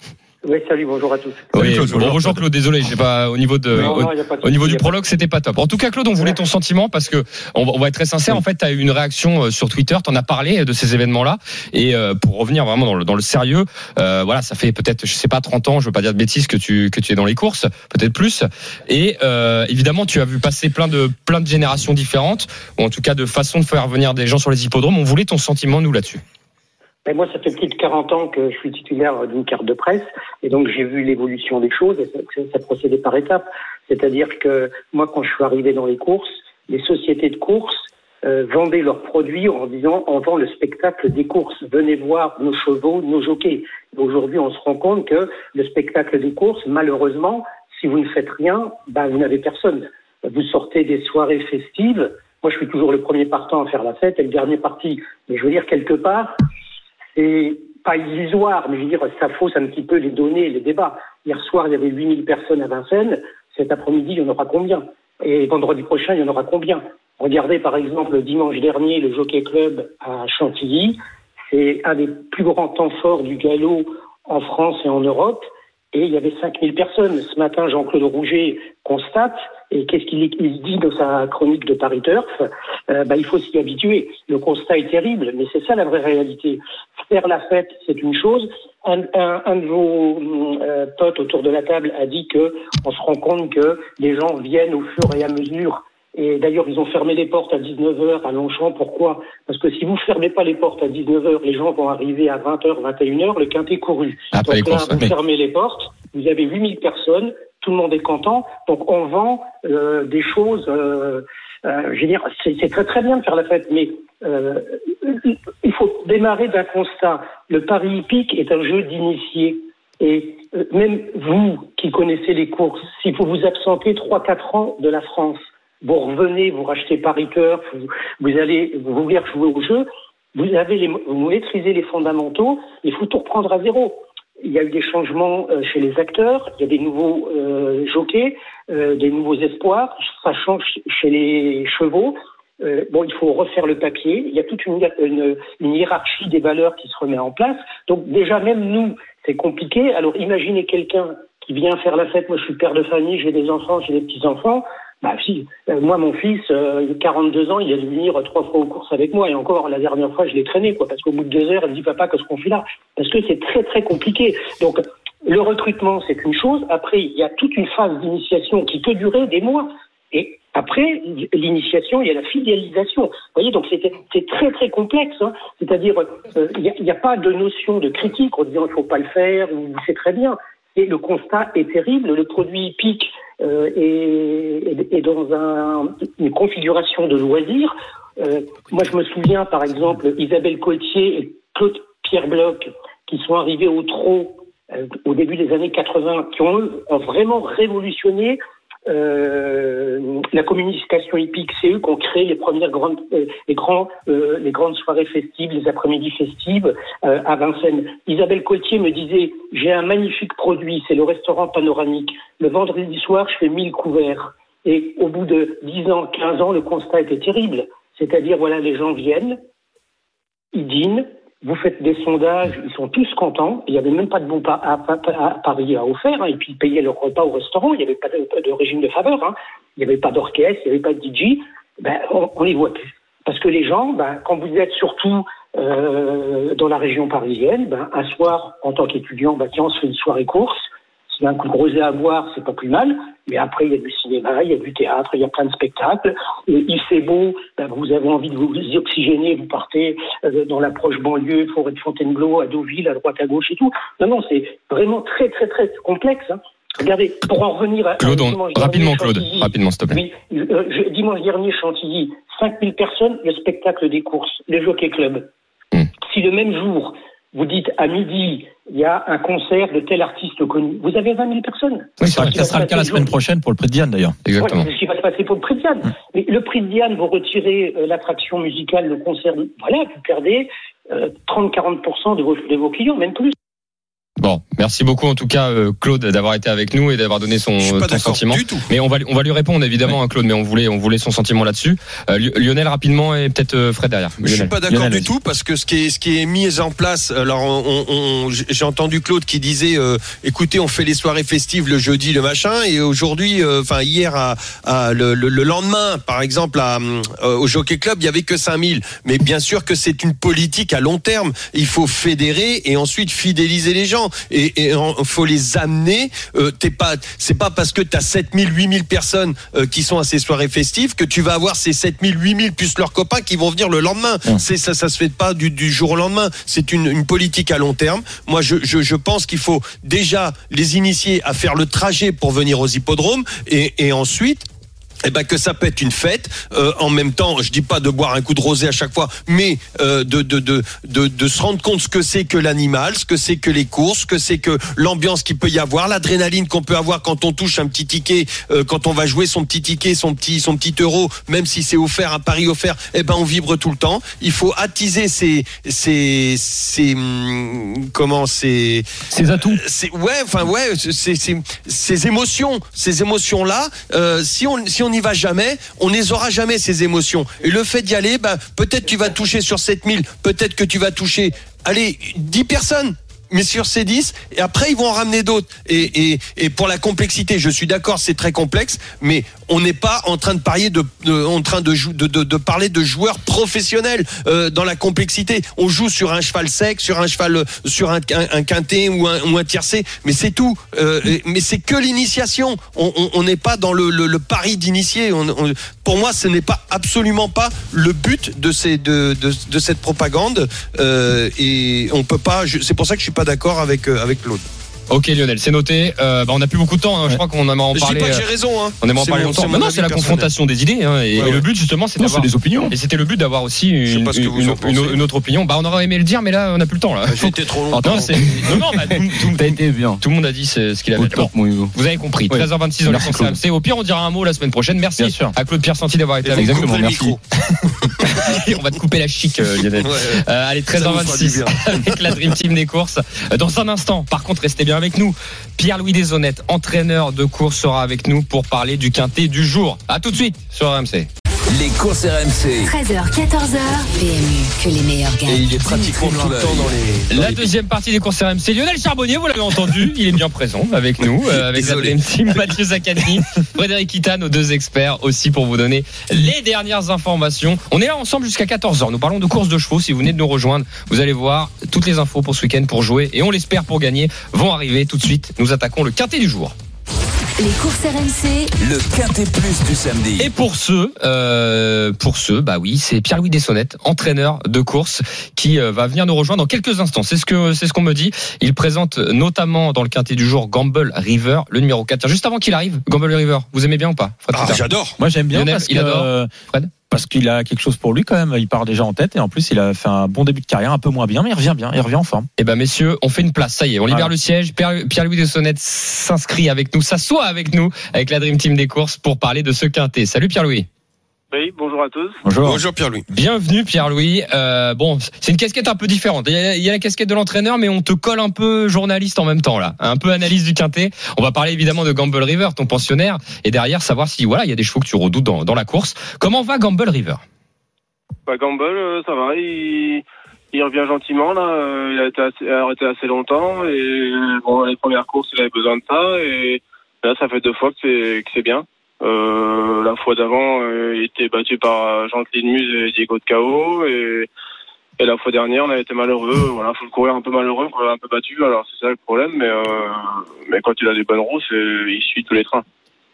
[SPEAKER 1] Oui, salut, bonjour à tous.
[SPEAKER 5] Oui,
[SPEAKER 7] Claude,
[SPEAKER 5] bon, bonjour Claude, désolé, j'ai pas au niveau de
[SPEAKER 1] Non,
[SPEAKER 5] Euh, au,
[SPEAKER 1] non, y a pas de
[SPEAKER 5] au niveau du
[SPEAKER 1] souci, y a pas de
[SPEAKER 5] prologue, c'était pas top. En tout cas Claude, on voulait ton sentiment parce que on va, on va être très sincère, en fait, tu as eu une réaction euh, sur Twitter, tu en as parlé euh, de ces événements-là et euh, pour revenir vraiment dans le, dans le sérieux, euh, voilà, ça fait peut-être je sais pas 30 ans, je veux pas dire de bêtises que tu que tu es dans les courses, peut-être plus et euh, évidemment, tu as vu passer plein de plein de générations différentes ou en tout cas de façons de faire venir des gens sur les hippodromes, on voulait ton sentiment nous là-dessus.
[SPEAKER 1] Mais moi, ça fait plus de 40 ans que je suis titulaire d'une carte de presse, et donc j'ai vu l'évolution des choses, et ça, ça procédait par étapes. C'est-à-dire que moi, quand je suis arrivé dans les courses, les sociétés de courses euh, vendaient leurs produits en disant on vend le spectacle des courses, venez voir nos chevaux, nos jockeys. Aujourd'hui, on se rend compte que le spectacle des courses, malheureusement, si vous ne faites rien, ben, vous n'avez personne. Vous sortez des soirées festives. Moi, je suis toujours le premier partant à faire la fête et le dernier parti. Mais je veux dire, quelque part, c'est pas illusoire, mais je veux dire, ça fausse un petit peu les données et les débats. Hier soir, il y avait 8000 personnes à Vincennes. Cet après-midi, il y en aura combien Et vendredi prochain, il y en aura combien Regardez, par exemple, le dimanche dernier, le Jockey Club à Chantilly. C'est un des plus grands temps forts du galop en France et en Europe. Et il y avait 5000 personnes. Ce matin, Jean-Claude Rouget constate, et qu'est-ce qu'il il dit dans sa chronique de Paris Turf Euh, bah, Il faut s'y habituer. Le constat est terrible, mais c'est ça la vraie réalité faire la fête, c'est une chose. Un, un- un de vos mm, euh, potes autour de la table a dit que on se rend compte que les gens viennent au fur et à mesure. Et d'ailleurs, ils ont fermé les portes à 19h à Longchamp. Pourquoi Parce que si vous fermez pas les portes à 19h, les gens vont arriver à 20h, 21h, le quintet couru.
[SPEAKER 5] Après Ah, les
[SPEAKER 1] Donc là,
[SPEAKER 5] courses,
[SPEAKER 1] vous
[SPEAKER 5] oui.
[SPEAKER 1] fermez les portes, vous avez 8000 personnes, tout le monde est content. Donc on vend euh, des choses. euh, euh, je veux dire, c'est c'est très très bien de faire la fête, mais euh, il faut démarrer d'un constat. Le pari hippique est un jeu d'initiés. Et euh, même vous qui connaissez les courses, si vous vous absentez 3-4 ans de la France, vous revenez, vous rachetez Paris Turf, vous, vous allez vous voulez jouer au jeu, vous, avez les, vous maîtrisez les fondamentaux, il faut tout reprendre à zéro. Il y a eu des changements euh, chez les acteurs, il y a des nouveaux euh, jockeys, euh, des nouveaux espoirs, ça change chez les chevaux. Euh, bon, il faut refaire le papier. Il y a toute une, une- une hiérarchie des valeurs qui se remet en place. Donc déjà, même nous, c'est compliqué. Alors imaginez quelqu'un qui vient faire la fête. Moi, je suis père de famille, j'ai des enfants, j'ai des petits-enfants. Bah, si, euh, moi, mon fils, euh, il a 42 ans, il a dû venir trois fois aux courses avec moi. Et encore, la dernière fois, je l'ai traîné, quoi, parce qu'au bout de deux heures, il me dit, papa, qu'est-ce qu'on fait là? Parce que c'est très, très compliqué. Donc, le recrutement, c'est une chose. Après, il y a toute une phase d'initiation qui peut durer des mois. Et après, l'initiation, il y a la fidélisation. Vous voyez, donc c'est c'est très très complexe. hein. C'est-à-dire, euh, il n'y a- il n'y a, pas de notion de critique en disant il ne faut pas le faire ou c'est très bien. Et le constat est terrible. Le produit hippique euh, est, est dans un- une configuration de loisirs. Euh, moi, je me souviens, par exemple, Isabelle Cotier et Claude Pierre Bloch, qui sont arrivés au trot euh, au début des années 80, qui ont, eux, ont vraiment révolutionné euh, la communication hippique, c'est eux qui ont créé les premières grandes, euh, les grands, euh, les grandes soirées festives, les après-midi festives euh, à Vincennes. Isabelle Cotier me disait j'ai un magnifique produit, c'est le restaurant panoramique. Le vendredi soir, je fais 1000 couverts. Et au bout de 10 ans, 15 ans, le constat était terrible. C'est-à-dire, voilà, les gens viennent, ils dînent, vous faites des sondages, ils sont tous contents. Il n'y avait même pas de bon pa- à, à- à Paris à offrir, hein. et puis ils payaient leur repas au restaurant. Il n'y avait pas de, pas de régime de faveur, hein. il n'y avait pas d'orchestre, il n'y avait pas de DJ. Ben, on, on les voit plus. Parce que les gens, ben, quand vous êtes surtout euh, dans la région parisienne, ben, un soir, en tant qu'étudiant, ben, tiens, on se fait une soirée course. S'il y a un coup de rosé à boire, c'est pas plus mal. Mais après, il y a du cinéma, il y a du théâtre, il y a plein de spectacles. Et il fait beau, ben, vous avez envie de vous oxygéner, vous partez euh, dans la proche banlieue, forêt de Fontainebleau, à Deauville, à droite, à gauche et tout. Non, non, c'est vraiment très, très, très complexe. hein. Regardez, pour en revenir à...
[SPEAKER 5] Claude, on-
[SPEAKER 1] dimanche dernier,
[SPEAKER 5] rapidement, Claude,
[SPEAKER 1] Chantilly.
[SPEAKER 5] rapidement, s'il te plaît.
[SPEAKER 1] Oui, euh, je- dimanche dernier, Chantilly, 5000 personnes, le spectacle des courses, le jockey club.
[SPEAKER 5] Mm.
[SPEAKER 1] Si le même jour, vous dites à midi, il y a un concert de tel artiste connu, vous avez 20 000 personnes.
[SPEAKER 5] Oui, c'est vrai,
[SPEAKER 1] Ça sera le cas la semaine
[SPEAKER 8] prochaine pour le prix de Diane d'ailleurs.
[SPEAKER 5] exactement.
[SPEAKER 1] Ouais, c'est ce qui va se passer pour le prix de Diane. Mais le prix de Diane, vous retirez euh, l'attraction musicale, le concert, voilà, vous perdez euh, 30-40% de vos, de vos clients, même plus.
[SPEAKER 5] Bon, merci beaucoup en tout cas euh, Claude d'avoir été avec nous et d'avoir donné son
[SPEAKER 6] Je suis
[SPEAKER 5] euh,
[SPEAKER 6] pas
[SPEAKER 5] ton
[SPEAKER 6] d'accord
[SPEAKER 5] sentiment.
[SPEAKER 6] du tout.
[SPEAKER 5] Mais on va on va lui répondre évidemment hein, Claude, mais on voulait on voulait son sentiment là-dessus. Euh, Li- Lionel rapidement et peut-être euh, Fred derrière.
[SPEAKER 6] Je suis
[SPEAKER 5] Lionel.
[SPEAKER 6] pas d'accord
[SPEAKER 5] Lionel,
[SPEAKER 6] du
[SPEAKER 5] vas-y.
[SPEAKER 6] tout parce que ce qui est ce qui est mis en place. Alors, on, on- on- j'ai entendu Claude qui disait, euh, écoutez, on fait les soirées festives le jeudi, le machin, et aujourd'hui, euh, enfin hier, à, à le, le- le lendemain, par exemple, à, hum, euh, au Jockey Club, il y avait que 5000 Mais bien sûr que c'est une politique à long terme. Il faut fédérer et ensuite fidéliser les gens et, et en- faut les amener. Euh, t'es pas, c'est pas parce que t'as 7000 8000 personnes euh, qui sont à ces soirées festives que tu vas avoir ces 7000 8000 plus leurs copains qui vont venir le lendemain. C'est ça, ça se fait pas du, du jour au lendemain. C'est une, une politique à long terme. Moi, je, je, je pense qu'il faut déjà les initier à faire le trajet pour venir aux hippodromes et, et ensuite eh ben que ça peut être une fête. Euh, en même temps, je dis pas de boire un coup de rosé à chaque fois, mais euh, de, de, de, de, de se rendre compte ce que c'est que l'animal, ce que c'est que les courses, ce que c'est que l'ambiance qu'il peut y avoir, l'adrénaline qu'on peut avoir quand on touche un petit ticket, euh, quand on va jouer son petit ticket, son petit, son petit euro, même si c'est offert, un pari offert, eh ben on vibre tout le temps. Il faut attiser ces, ces, ces, hum, comment, ces,
[SPEAKER 7] Ses atouts.
[SPEAKER 6] c'est ouais enfin ouais c'est c'est- ces émotions ces émotions là si on si on n'y va jamais on les aura jamais ces émotions et le fait d'y aller bah peut-être tu vas toucher sur 7000 peut-être que tu vas toucher allez 10 personnes mais sur ces 10, et après ils vont en ramener d'autres. Et, et, et pour la complexité, je suis d'accord, c'est très complexe, mais on n'est pas en train de parier, de, de- en train de, jou- de, de, de parler de joueurs professionnels euh, dans la complexité. On joue sur un cheval sec, sur un cheval, sur un, un, un quintet ou un, ou un tiercé, mais c'est tout. Euh, et- mais c'est que l'initiation. On on- on n'est pas dans le, le, le pari d'initié. On- on- pour moi, ce n'est pas absolument pas le but de, ces, de, de, de cette propagande. Euh, et on peut pas. je- C'est pour ça que je suis pas d'accord avec euh, avec Claude.
[SPEAKER 5] Ok Lionel, c'est noté. Euh, bah, on a plus beaucoup de temps. hein. Je crois qu'on aimerait en
[SPEAKER 6] Je dis
[SPEAKER 5] parler.
[SPEAKER 6] pas que
[SPEAKER 5] euh,
[SPEAKER 6] j'ai raison. Hein.
[SPEAKER 5] On aimerait en
[SPEAKER 6] C'est
[SPEAKER 5] parler
[SPEAKER 6] mon-
[SPEAKER 5] longtemps.
[SPEAKER 6] mon
[SPEAKER 5] Mais non,
[SPEAKER 6] avis
[SPEAKER 5] c'est la
[SPEAKER 6] personnel.
[SPEAKER 5] confrontation des idées. hein, et,
[SPEAKER 6] Ouais,
[SPEAKER 5] et
[SPEAKER 6] ouais.
[SPEAKER 5] le but justement, c'est
[SPEAKER 7] Non,
[SPEAKER 5] d'avoir
[SPEAKER 7] c'est des opinions.
[SPEAKER 5] Et c'était le but d'avoir aussi
[SPEAKER 6] Je sais
[SPEAKER 5] une,
[SPEAKER 6] pas ce que vous
[SPEAKER 5] une-
[SPEAKER 6] en pensez.
[SPEAKER 5] une- une autre opinion. Bah, on aurait aimé le dire, mais là, on n'a plus le temps là.
[SPEAKER 6] Ah, J'ai été trop long.
[SPEAKER 5] Non, c'est- non, non, bah, tout, tout-
[SPEAKER 7] T'as été bien.
[SPEAKER 5] tout le monde a dit ce ce qu'il avait.
[SPEAKER 7] Au
[SPEAKER 5] à
[SPEAKER 7] top, mon Hugo.
[SPEAKER 5] Vous avez compris.
[SPEAKER 7] Oui.
[SPEAKER 5] 13h26 dans les
[SPEAKER 7] Merci,
[SPEAKER 5] conférences AMC. Au pire, on dira un mot la semaine prochaine. Merci
[SPEAKER 7] Bien sûr.
[SPEAKER 5] à Claude Pierre Santi d'avoir été
[SPEAKER 6] Et vous
[SPEAKER 5] avec nous.
[SPEAKER 6] coupez le micro.
[SPEAKER 5] Et on va te couper la chic, euh, Lionel.
[SPEAKER 6] Ouais, ouais.
[SPEAKER 5] Euh, allez,
[SPEAKER 6] Ça nous fera du
[SPEAKER 5] 13h26
[SPEAKER 6] bien.
[SPEAKER 5] avec la Dream Team des courses. Euh, Dans un instant, par contre, restez bien avec nous. Pierre-Louis Deshonnête, entraîneur de course, sera avec nous pour parler du quintet du jour. À tout de suite sur RMC.
[SPEAKER 3] Les courses RMC.
[SPEAKER 4] 13h, 14h, PMU, que les meilleurs
[SPEAKER 6] Et
[SPEAKER 4] gagnent.
[SPEAKER 6] il est pratiquement tout le temps dans les. dans
[SPEAKER 5] La
[SPEAKER 6] les-
[SPEAKER 5] deuxième partie des courses RMC, Lionel Charbonnier, vous l'avez entendu, il est bien présent avec nous, euh, avec la
[SPEAKER 6] Désolé.
[SPEAKER 5] Dream Team, Mathieu Zaccani, Frédéric Kita, nos deux experts aussi pour vous donner les dernières informations. On est là ensemble jusqu'à 14h, nous parlons de courses de chevaux, si vous venez de nous rejoindre, vous allez voir, toutes les infos pour ce week-end, pour jouer, et on l'espère pour gagner, vont arriver tout de suite. Nous attaquons le quintet du jour.
[SPEAKER 4] Les courses RMC,
[SPEAKER 3] Le Quintet Plus du
[SPEAKER 6] Eh
[SPEAKER 3] samedi.
[SPEAKER 6] ben,
[SPEAKER 5] Et pour ceux, euh, pour ceux, bah oui, c'est Pierre-Louis Dessonnette, entraîneur de course, qui euh, va venir nous rejoindre dans quelques instants. C'est ce que c'est ce qu'on me dit. Il présente notamment dans le quintet du jour Gamble River, le numéro 4. Tiens, juste avant qu'il arrive, Gamble River, vous aimez bien ou pas Fred
[SPEAKER 6] Ah,
[SPEAKER 5] Twitter
[SPEAKER 6] j'adore.
[SPEAKER 8] Moi j'aime bien
[SPEAKER 5] Lionel,
[SPEAKER 8] parce
[SPEAKER 5] il
[SPEAKER 8] que
[SPEAKER 5] adore.
[SPEAKER 8] euh,
[SPEAKER 5] Fred
[SPEAKER 8] parce qu'il a quelque chose pour lui quand même. Il part déjà en tête et en plus il a fait un bon début de carrière, un peu moins bien, mais il revient bien, il revient en forme.
[SPEAKER 5] Eh ben messieurs, on fait une place. Ça y est, on libère
[SPEAKER 8] Voilà.
[SPEAKER 5] le siège. Pierre- Pierre-Louis Dessonnette s'inscrit avec nous, s'assoit avec nous, avec la Dream Team des courses pour parler de ce quintet. Salut Pierre-Louis.
[SPEAKER 9] Oui, bonjour à tous.
[SPEAKER 8] Bonjour.
[SPEAKER 6] Bonjour Pierre-Louis.
[SPEAKER 5] Bienvenue Pierre-Louis. Euh, bon, c'est une casquette un peu différente. Il y, a, il y a la casquette de l'entraîneur, mais on te colle un peu journaliste en même temps là, un peu analyse du quintet. On va parler évidemment de Gamble River, ton pensionnaire, et derrière savoir si voilà, il y a des chevaux que tu redoutes dans, dans la course. Comment va Gamble River
[SPEAKER 9] Bah, Gamble, euh, ça va, il, il revient gentiment là. euh, Il a été assez- arrêté assez longtemps et bon, les premières courses, il avait besoin de ça et là, ça fait deux fois que c'est que c'est bien. Euh, la fois d'avant, euh, il était battu par euh, Jean-Claude Muse et Diego de Cao et et la fois dernière, on a été malheureux. Voilà, faut le courir un peu malheureux, courir un peu battu. Alors c'est ça le problème, mais euh, mais quand il a des bonnes rousses, euh, il suit tous les trains.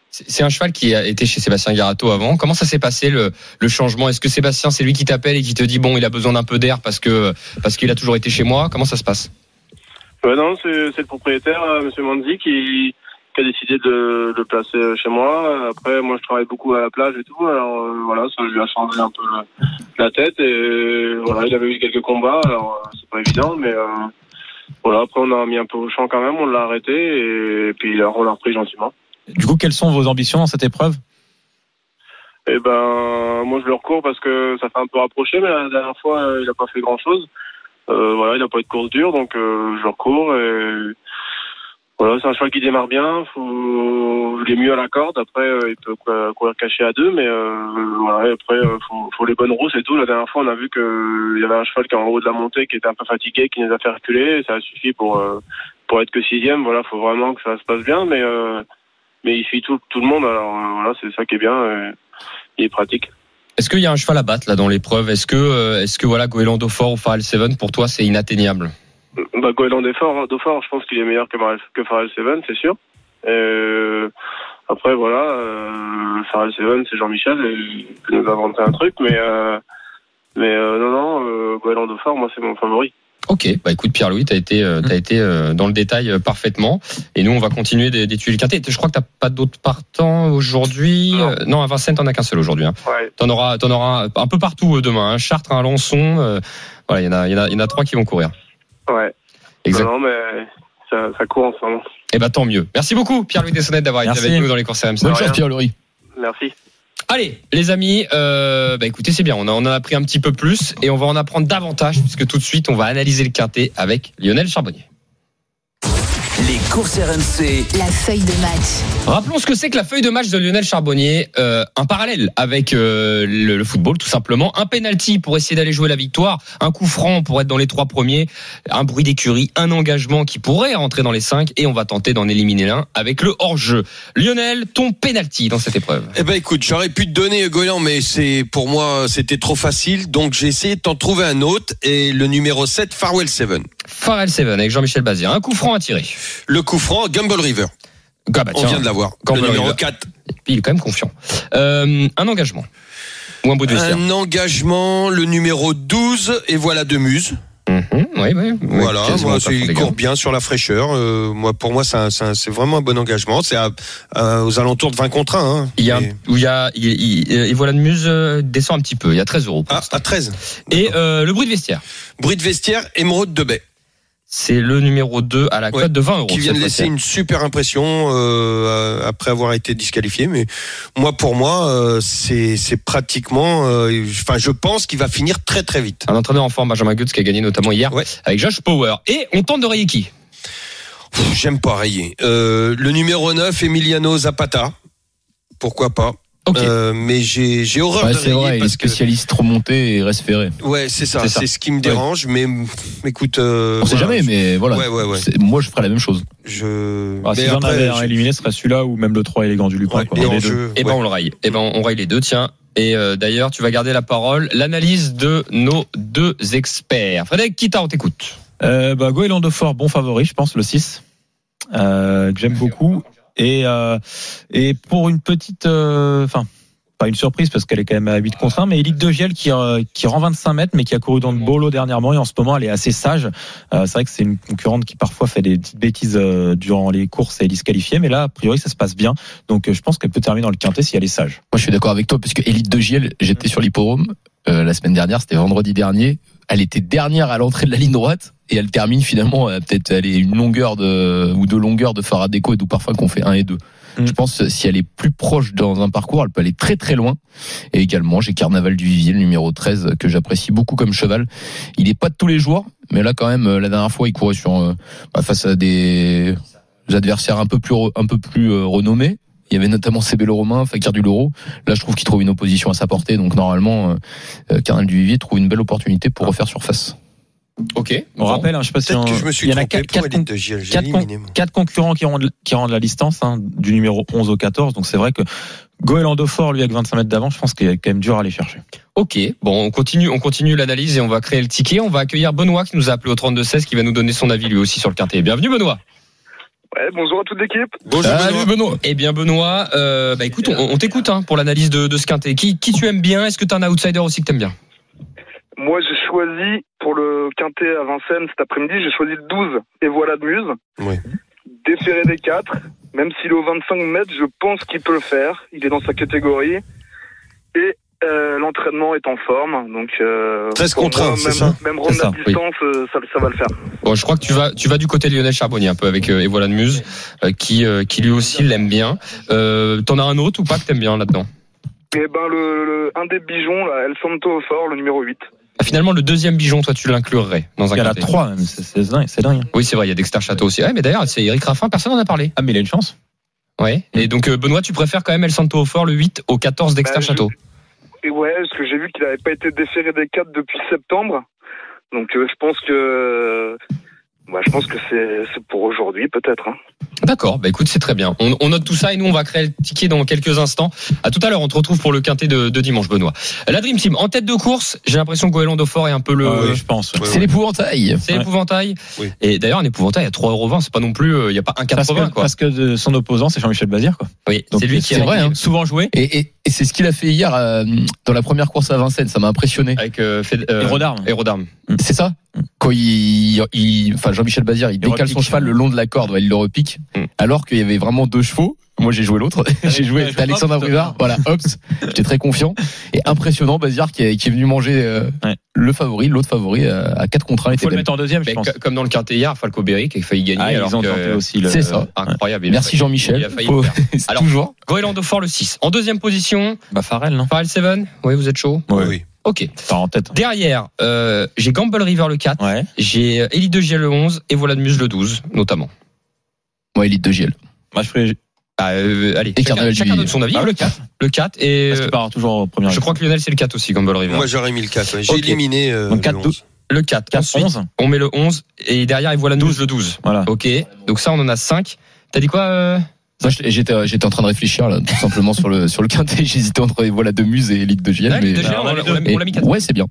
[SPEAKER 5] C'est c'est un cheval qui a été chez Sébastien Garato avant. Comment ça s'est passé le, le changement Est-ce que Sébastien, c'est lui qui t'appelle et qui te dit bon, il a besoin d'un peu d'air parce que parce qu'il a toujours été chez moi Comment ça se passe
[SPEAKER 9] Ouais, Euh, non, c'est c'est le propriétaire, euh, Monsieur Manzi, qui, qui a décidé de de le placer euh, chez moi. Après, moi, je travaille beaucoup à la plage et tout. Alors euh, voilà, ça lui a changé un peu le- la tête. Et euh, voilà, il avait eu quelques combats. Alors euh, c'est pas évident, mais euh, voilà. Après, on a mis un peu au champ quand même. On l'a arrêté et, puis là, on l'a repris gentiment.
[SPEAKER 8] Du coup, quelles sont vos ambitions dans cette épreuve
[SPEAKER 9] Et ben, moi, je le recours parce que ça fait un peu rapproché. Mais la dernière fois, euh, il a pas fait grand chose. Euh, voilà, il n'a pas eu de course dure, donc euh, je le recours. Et... Voilà, c'est un cheval qui démarre bien. Faut... Il est mieux à la corde. Après, euh, il peut cou- courir caché à deux, mais euh, voilà. et après, euh, faut, faut les bonnes rousses et tout. La dernière fois, on a vu que il y avait un cheval qui est en haut de la montée, qui était un peu fatigué, qui nous a fait reculer. Et ça a suffi pour euh, pour être que sixième. Voilà, faut vraiment que ça se passe bien, mais euh, mais il suit tout tout le monde. Alors euh, voilà, c'est ça qui est bien. euh, il est pratique.
[SPEAKER 5] Est-ce qu'il y a un cheval à battre là dans l'épreuve Est-ce que euh, est-ce que voilà Goéland Fort ou Farrell Seven pour toi c'est inatteignable
[SPEAKER 9] Bah, Goéland Defort- Daufort, je pense qu'il est meilleur que, Farrell- que Farrell Seven, c'est sûr. Euh, après, voilà, euh, Farrell Seven, c'est Jean-Michel et- qui nous a inventé un truc, mais, euh, mais euh, non, non, euh, Goéland Daufort, moi, c'est mon favori.
[SPEAKER 5] Ok, bah écoute Pierre-Louis, t'as été, euh, t'as été euh, dans le détail euh, parfaitement. Et nous, on va continuer d'é- d'étudier le quintet. Je crois que t'as pas d'autres partants aujourd'hui.
[SPEAKER 9] Non.
[SPEAKER 5] Euh, Non, à Vincennes, t'en as qu'un seul aujourd'hui. Hein.
[SPEAKER 9] Ouais.
[SPEAKER 5] T'en auras, t'en auras un peu partout euh, demain. Hein. Chartres, Alençon. euh, voilà, il y en a, il y en a, il y en a trois qui vont courir.
[SPEAKER 9] Ouais.
[SPEAKER 5] Exact.
[SPEAKER 9] Non, non, mais ça, ça court en ce moment.
[SPEAKER 5] Et bah tant mieux. Merci beaucoup Pierre-Louis Dessonnette d'avoir été
[SPEAKER 8] Merci.
[SPEAKER 5] avec nous dans les courses RMC.
[SPEAKER 9] Bonne chance,
[SPEAKER 8] Pierre-Louis.
[SPEAKER 9] Merci.
[SPEAKER 5] Allez, les amis, euh, bah écoutez, c'est bien. On, a, on en a appris un petit peu plus et on va en apprendre davantage puisque tout de suite, on va analyser le quintet avec Lionel Charbonnier.
[SPEAKER 3] Les courses RMC.
[SPEAKER 4] la feuille de match.
[SPEAKER 5] Rappelons ce que c'est que la feuille de match de Lionel Charbonnier, euh, un parallèle avec euh, le, le football tout simplement, un penalty pour essayer d'aller jouer la victoire, un coup franc pour être dans les trois premiers, un bruit d'écurie, un engagement qui pourrait rentrer dans les cinq et on va tenter d'en éliminer l'un avec le hors-jeu. Lionel, ton penalty dans cette épreuve.
[SPEAKER 6] Eh ben écoute, j'aurais pu te donner Golan, mais c'est pour moi c'était trop facile, donc j'ai essayé de t'en trouver un autre et le numéro 7 Farwell 7.
[SPEAKER 5] Farrell Seven avec Jean-Michel Bazir, un coup franc à tirer.
[SPEAKER 6] Le coup franc Gumball River.
[SPEAKER 5] Ah bah
[SPEAKER 6] on
[SPEAKER 5] tiens,
[SPEAKER 6] vient de l'avoir. Le
[SPEAKER 5] Gumball
[SPEAKER 6] numéro
[SPEAKER 5] River.
[SPEAKER 6] 4.
[SPEAKER 5] il est quand même confiant. Euh, un engagement ou un bruit de vestiaire.
[SPEAKER 6] Un engagement le numéro 12 et voilà deux muses.
[SPEAKER 5] Mhm, oui, oui, oui,
[SPEAKER 6] voilà,
[SPEAKER 5] quasiment
[SPEAKER 6] moi,
[SPEAKER 5] pas
[SPEAKER 6] c'est-
[SPEAKER 5] fond des
[SPEAKER 6] il
[SPEAKER 5] gars.
[SPEAKER 6] court bien sur la fraîcheur. Euh, moi pour moi c'est un- c'est un- c'est vraiment un bon engagement, c'est à- à- aux alentours de 20 contre 1 hein.
[SPEAKER 5] Il y a,
[SPEAKER 6] Et-
[SPEAKER 5] où il y a, il, il- il- et voilà de Muse euh, descend un petit peu. Il y a 13 euros. pour
[SPEAKER 6] ah,
[SPEAKER 5] l'instant.
[SPEAKER 6] à 13.
[SPEAKER 5] et euh, le bruit de vestiaire,
[SPEAKER 6] Bruit de vestiaire, émeraude de baie.
[SPEAKER 5] c'est le numéro 2 à la cote
[SPEAKER 6] Ouais,
[SPEAKER 5] de
[SPEAKER 10] Oh,
[SPEAKER 5] 20 euros.
[SPEAKER 6] qui vient de
[SPEAKER 5] cette
[SPEAKER 6] laisser
[SPEAKER 5] fois-ci.
[SPEAKER 6] une super impression euh, euh, après avoir été disqualifié. Mais moi, pour moi, euh, c'est c'est pratiquement. euh, Enfin, je pense qu'il va finir très très vite.
[SPEAKER 5] Un entraîneur en forme, Benjamin Goetz, qui a gagné notamment hier
[SPEAKER 6] Ouais.
[SPEAKER 5] avec Josh Power. Et on tente de rayer qui
[SPEAKER 6] Pff, J'aime pas rayer. Euh, le numéro 9, Emiliano Zapata. Pourquoi pas
[SPEAKER 5] Ok.
[SPEAKER 6] Euh, mais j'ai j'ai horreur
[SPEAKER 10] Ouais,
[SPEAKER 6] de
[SPEAKER 10] c'est
[SPEAKER 6] rayer
[SPEAKER 10] vrai, il est
[SPEAKER 6] parce que
[SPEAKER 10] spécialiste remonté et resféré.
[SPEAKER 6] ouais c'est ça
[SPEAKER 10] C'est ça.
[SPEAKER 6] c'est ce qui me dérange mais mm, écoute euh,
[SPEAKER 10] On sait
[SPEAKER 6] voilà,
[SPEAKER 10] jamais, mais voilà.
[SPEAKER 6] Ouais, ouais, ouais.
[SPEAKER 10] C'est- Moi, je ferais la même chose.
[SPEAKER 6] je
[SPEAKER 8] Ah, si
[SPEAKER 6] mais
[SPEAKER 8] j'en
[SPEAKER 6] après,
[SPEAKER 8] avais un
[SPEAKER 6] je-
[SPEAKER 8] éliminé, ce serait celui-là ou même le 3 élégant du Lupin.
[SPEAKER 6] ouais,
[SPEAKER 8] quoi.
[SPEAKER 6] et
[SPEAKER 8] Les
[SPEAKER 6] en
[SPEAKER 8] deux.
[SPEAKER 6] jeu,
[SPEAKER 5] Eh ben,
[SPEAKER 6] ouais.
[SPEAKER 5] on le raille. Eh ben, on raille les deux, tiens. Et euh, d'ailleurs, tu vas garder la parole. L'analyse de nos deux experts. Frédéric Kita, on t'écoute.
[SPEAKER 8] Euh, bah, Goéland Fort, bon favori, je pense, le 6. Euh, que j'aime beaucoup. Et, euh, et pour une petite. euh, Enfin, pas une surprise parce qu'elle est quand même à 8 contre 1, mais Elite De Giel qui, euh, qui rend 25 mètres, mais qui a couru dans le bolo dernièrement et en ce moment elle est assez sage. Euh, c'est vrai que c'est une concurrente qui parfois fait des petites bêtises euh, durant les courses et elle est disqualifiée, mais là, a priori, ça se passe bien. Donc euh, je pense qu'elle peut terminer dans le quintet si elle est sage.
[SPEAKER 7] Moi, je suis d'accord avec toi, parce que Elite de Giel, j'étais sur l'hipporome euh, la semaine dernière, c'était vendredi dernier. Elle était dernière à l'entrée de la ligne droite et elle termine finalement à peut-être elle est une longueur de ou deux longueurs de Faradeco et d'où parfois qu'on fait un et deux.
[SPEAKER 8] Mm.
[SPEAKER 7] Je pense euh, si elle est plus proche dans un parcours, elle peut aller très très loin. Et également, j'ai Carnaval du Vivier, le numéro 13 que j'apprécie beaucoup comme cheval. Il est pas de tous les jours, mais là quand même euh, la dernière fois, il courait sur euh, bah, face à des adversaires un peu plus re- un peu plus euh, renommés. Il y avait notamment Cébélo Romain, Fakir du Loro. Là, je trouve qu'il trouve une opposition à sa portée. Donc, normalement, euh, euh, Carnal du Vivier trouve une belle opportunité pour refaire surface.
[SPEAKER 5] Ok.
[SPEAKER 8] On
[SPEAKER 5] Bon.
[SPEAKER 8] rappelle, hein, je sais pas si
[SPEAKER 6] peut-être
[SPEAKER 8] on-
[SPEAKER 6] que je me suis
[SPEAKER 8] il y en a
[SPEAKER 6] trompé
[SPEAKER 8] quatre-
[SPEAKER 6] pour
[SPEAKER 8] quatre
[SPEAKER 6] Elite de Giel j'ai
[SPEAKER 8] quatre
[SPEAKER 6] éliminé moi.
[SPEAKER 8] quatre concurrents qui rendent, qui rendent la distance, hein, du numéro 11 au 14. Donc c'est vrai que Goélando Fort, lui, avec 25 mètres d'avance, je pense qu'il est quand même dur à aller chercher.
[SPEAKER 5] Ok, bon, on continue, on continue l'analyse et on va créer le ticket. On va accueillir Benoît qui nous a appelé au 32-16 qui va nous donner son avis lui aussi sur le quintet. Bienvenue Benoît.
[SPEAKER 9] Ouais, bonjour à toute l'équipe.
[SPEAKER 6] bonjour Benoît.
[SPEAKER 5] Benoît. Eh bien Benoît, euh, bah écoute, on, on t'écoute hein, pour l'analyse de, de ce quintet. Qui, qui tu aimes bien Est-ce que t'as un outsider aussi que t'aimes bien
[SPEAKER 9] Moi, j'ai choisi pour le quintet à Vincennes cet après-midi, j'ai choisi le 12 et voilà de Muse.
[SPEAKER 6] Oui.
[SPEAKER 9] Déféré des 4, même s'il est au 25 mètres, je pense qu'il peut le faire. Il est dans sa catégorie et euh, l'entraînement est en forme. Donc, euh,
[SPEAKER 6] 13
[SPEAKER 9] pour
[SPEAKER 6] contre
[SPEAKER 9] moi,
[SPEAKER 6] un, c'est
[SPEAKER 9] même,
[SPEAKER 6] ça
[SPEAKER 9] Même rendre
[SPEAKER 8] C'est ça,
[SPEAKER 9] la distance, euh, ça, ça va le faire.
[SPEAKER 5] Bon, je crois que tu vas, tu vas du côté de Lionel Charbonnier un peu avec euh, Evola de Muse euh, qui, euh, qui lui aussi l'aime bien. Euh, T'en as un autre ou pas que t'aimes bien là-dedans
[SPEAKER 9] Et ben, le, le- un des bijons, là, El Santo Fort, le numéro 8.
[SPEAKER 5] Ah, Finalement, le deuxième bijon, toi, tu l'inclurais dans un
[SPEAKER 8] Il y en a
[SPEAKER 5] quintet.
[SPEAKER 8] 3 même, c'est- c'est dingue, c'est dingue.
[SPEAKER 5] Oui, c'est vrai, il y a Dexter Château aussi. Ouais, mais d'ailleurs, c'est Eric Raffin, personne n'en a parlé.
[SPEAKER 8] Ah, mais il a une chance.
[SPEAKER 5] Ouais. Et donc, euh, Benoît, tu préfères quand même El Santo au Fort, le 8 au 14 Dexter
[SPEAKER 9] Bah, je-
[SPEAKER 5] Château.
[SPEAKER 9] Et ouais, parce que j'ai vu qu'il n'avait pas été déféré des 4 depuis septembre. Donc euh, je pense que bah, je pense que c'est c'est pour aujourd'hui peut-être. hein.
[SPEAKER 5] D'accord. Bah, écoute, c'est très bien. On, on note tout ça et nous, on va créer le ticket dans quelques instants. À tout à l'heure, on te retrouve pour le quintet de, de dimanche, Benoît. La Dream Team, en tête de course, j'ai l'impression que Goéland Fort est un peu le.
[SPEAKER 8] Euh, je pense.
[SPEAKER 6] Ah Ouais,
[SPEAKER 7] C'est
[SPEAKER 6] ouais.
[SPEAKER 7] l'épouvantail.
[SPEAKER 5] C'est
[SPEAKER 8] Ouais.
[SPEAKER 5] l'épouvantail.
[SPEAKER 6] Oui.
[SPEAKER 5] Et d'ailleurs, un épouvantail à 3,20€, c'est pas non plus, il n'y a pas
[SPEAKER 8] Parce
[SPEAKER 5] 1,80€,
[SPEAKER 8] que,
[SPEAKER 5] quoi.
[SPEAKER 8] parce que de- son opposant, c'est Jean-Michel Bazir. Quoi.
[SPEAKER 5] Oui,
[SPEAKER 8] Donc,
[SPEAKER 5] c'est lui qui
[SPEAKER 7] c'est
[SPEAKER 5] a
[SPEAKER 7] vrai, hein.
[SPEAKER 8] souvent joué.
[SPEAKER 7] Et, et- et c'est ce qu'il a fait hier euh, dans la première course à Vincennes. Ça m'a impressionné.
[SPEAKER 5] avec euh, Fed- euh,
[SPEAKER 8] Et Rodard.
[SPEAKER 5] Hérodarme.
[SPEAKER 7] C'est ça Quand il, il- enfin Jean-Michel Bazir, il décale son
[SPEAKER 8] repique.
[SPEAKER 7] cheval le long de la corde, ouais, il le repique,
[SPEAKER 5] Mm.
[SPEAKER 7] alors qu'il y avait vraiment deux chevaux. Moi j'ai joué l'autre, j'ai joué
[SPEAKER 8] ouais, je
[SPEAKER 7] Alexandre
[SPEAKER 8] hoppe,
[SPEAKER 7] Brivard, voilà, Hobbs, j'étais très confiant et impressionnant Bazir qui, est- qui est venu manger euh,
[SPEAKER 8] Ouais.
[SPEAKER 7] le favori, l'autre favori euh, à 4 contre 1
[SPEAKER 8] Il faut
[SPEAKER 7] était
[SPEAKER 8] le
[SPEAKER 7] belle.
[SPEAKER 8] mettre en deuxième, je
[SPEAKER 5] eh ben, Mais
[SPEAKER 8] pense.
[SPEAKER 5] co- comme dans le quintet hier, Falco Berry qui a failli gagner.
[SPEAKER 8] Ah,
[SPEAKER 5] alors
[SPEAKER 8] ils ont
[SPEAKER 5] que-
[SPEAKER 8] tenté aussi le.
[SPEAKER 7] C'est ça.
[SPEAKER 5] Incroyable. il a
[SPEAKER 7] Merci
[SPEAKER 5] failli-
[SPEAKER 7] Jean-Michel.
[SPEAKER 5] Il a failli
[SPEAKER 7] Faut-
[SPEAKER 5] le faire.
[SPEAKER 7] c'est
[SPEAKER 5] Alors-
[SPEAKER 7] toujours
[SPEAKER 5] Groenland Fort le 6. En deuxième position,
[SPEAKER 8] Bah, Farrell, non
[SPEAKER 5] Farrell Seven. Oui, vous êtes chaud.
[SPEAKER 6] Oui,
[SPEAKER 8] Ouais.
[SPEAKER 6] oui.
[SPEAKER 5] Ok.
[SPEAKER 8] Enfin, en tête. hein.
[SPEAKER 5] Derrière, euh, j'ai Gamble River le 4.
[SPEAKER 8] Ouais.
[SPEAKER 5] J'ai euh, Elite de Giel le 11 et voilà de Muse le 12, notamment.
[SPEAKER 7] moi élite de Giel.
[SPEAKER 8] Moi, je ferais.
[SPEAKER 5] Ah, euh, allez,
[SPEAKER 7] Et
[SPEAKER 5] chacun,
[SPEAKER 7] Carnaval du
[SPEAKER 5] chacun
[SPEAKER 7] Vivier.
[SPEAKER 5] donne son avis.
[SPEAKER 8] Bah,
[SPEAKER 5] le
[SPEAKER 8] le
[SPEAKER 5] 4. Le 4 et
[SPEAKER 8] Parce qu'il
[SPEAKER 5] euh,
[SPEAKER 8] part toujours au premier.
[SPEAKER 5] je crois que Lionel c'est le 4 aussi, Gamble River.
[SPEAKER 6] moi j'aurais mis le 4 ouais. j'ai
[SPEAKER 5] Ok.
[SPEAKER 6] éliminé euh,
[SPEAKER 8] Donc,
[SPEAKER 6] le
[SPEAKER 8] quatre,
[SPEAKER 6] 11.
[SPEAKER 5] le 4.
[SPEAKER 8] 4
[SPEAKER 5] Ensuite,
[SPEAKER 8] 11.
[SPEAKER 5] on met le 11 et derrière et voilà de Muse le 12.
[SPEAKER 8] Voilà.
[SPEAKER 5] Ok. Donc ça, on en a 5. T'as dit quoi euh
[SPEAKER 7] Moi, je- j'étais j'étais en train de réfléchir là, tout simplement sur le sur le quintet, j'hésitais entre voilà de Muse et élite de Giel.
[SPEAKER 5] Ouais,
[SPEAKER 7] mais-
[SPEAKER 5] Elite de Giel,
[SPEAKER 8] Bah,
[SPEAKER 5] on l'a- on l'a-
[SPEAKER 7] mais-
[SPEAKER 5] on l'a mis 4.
[SPEAKER 7] ouais, c'est bien.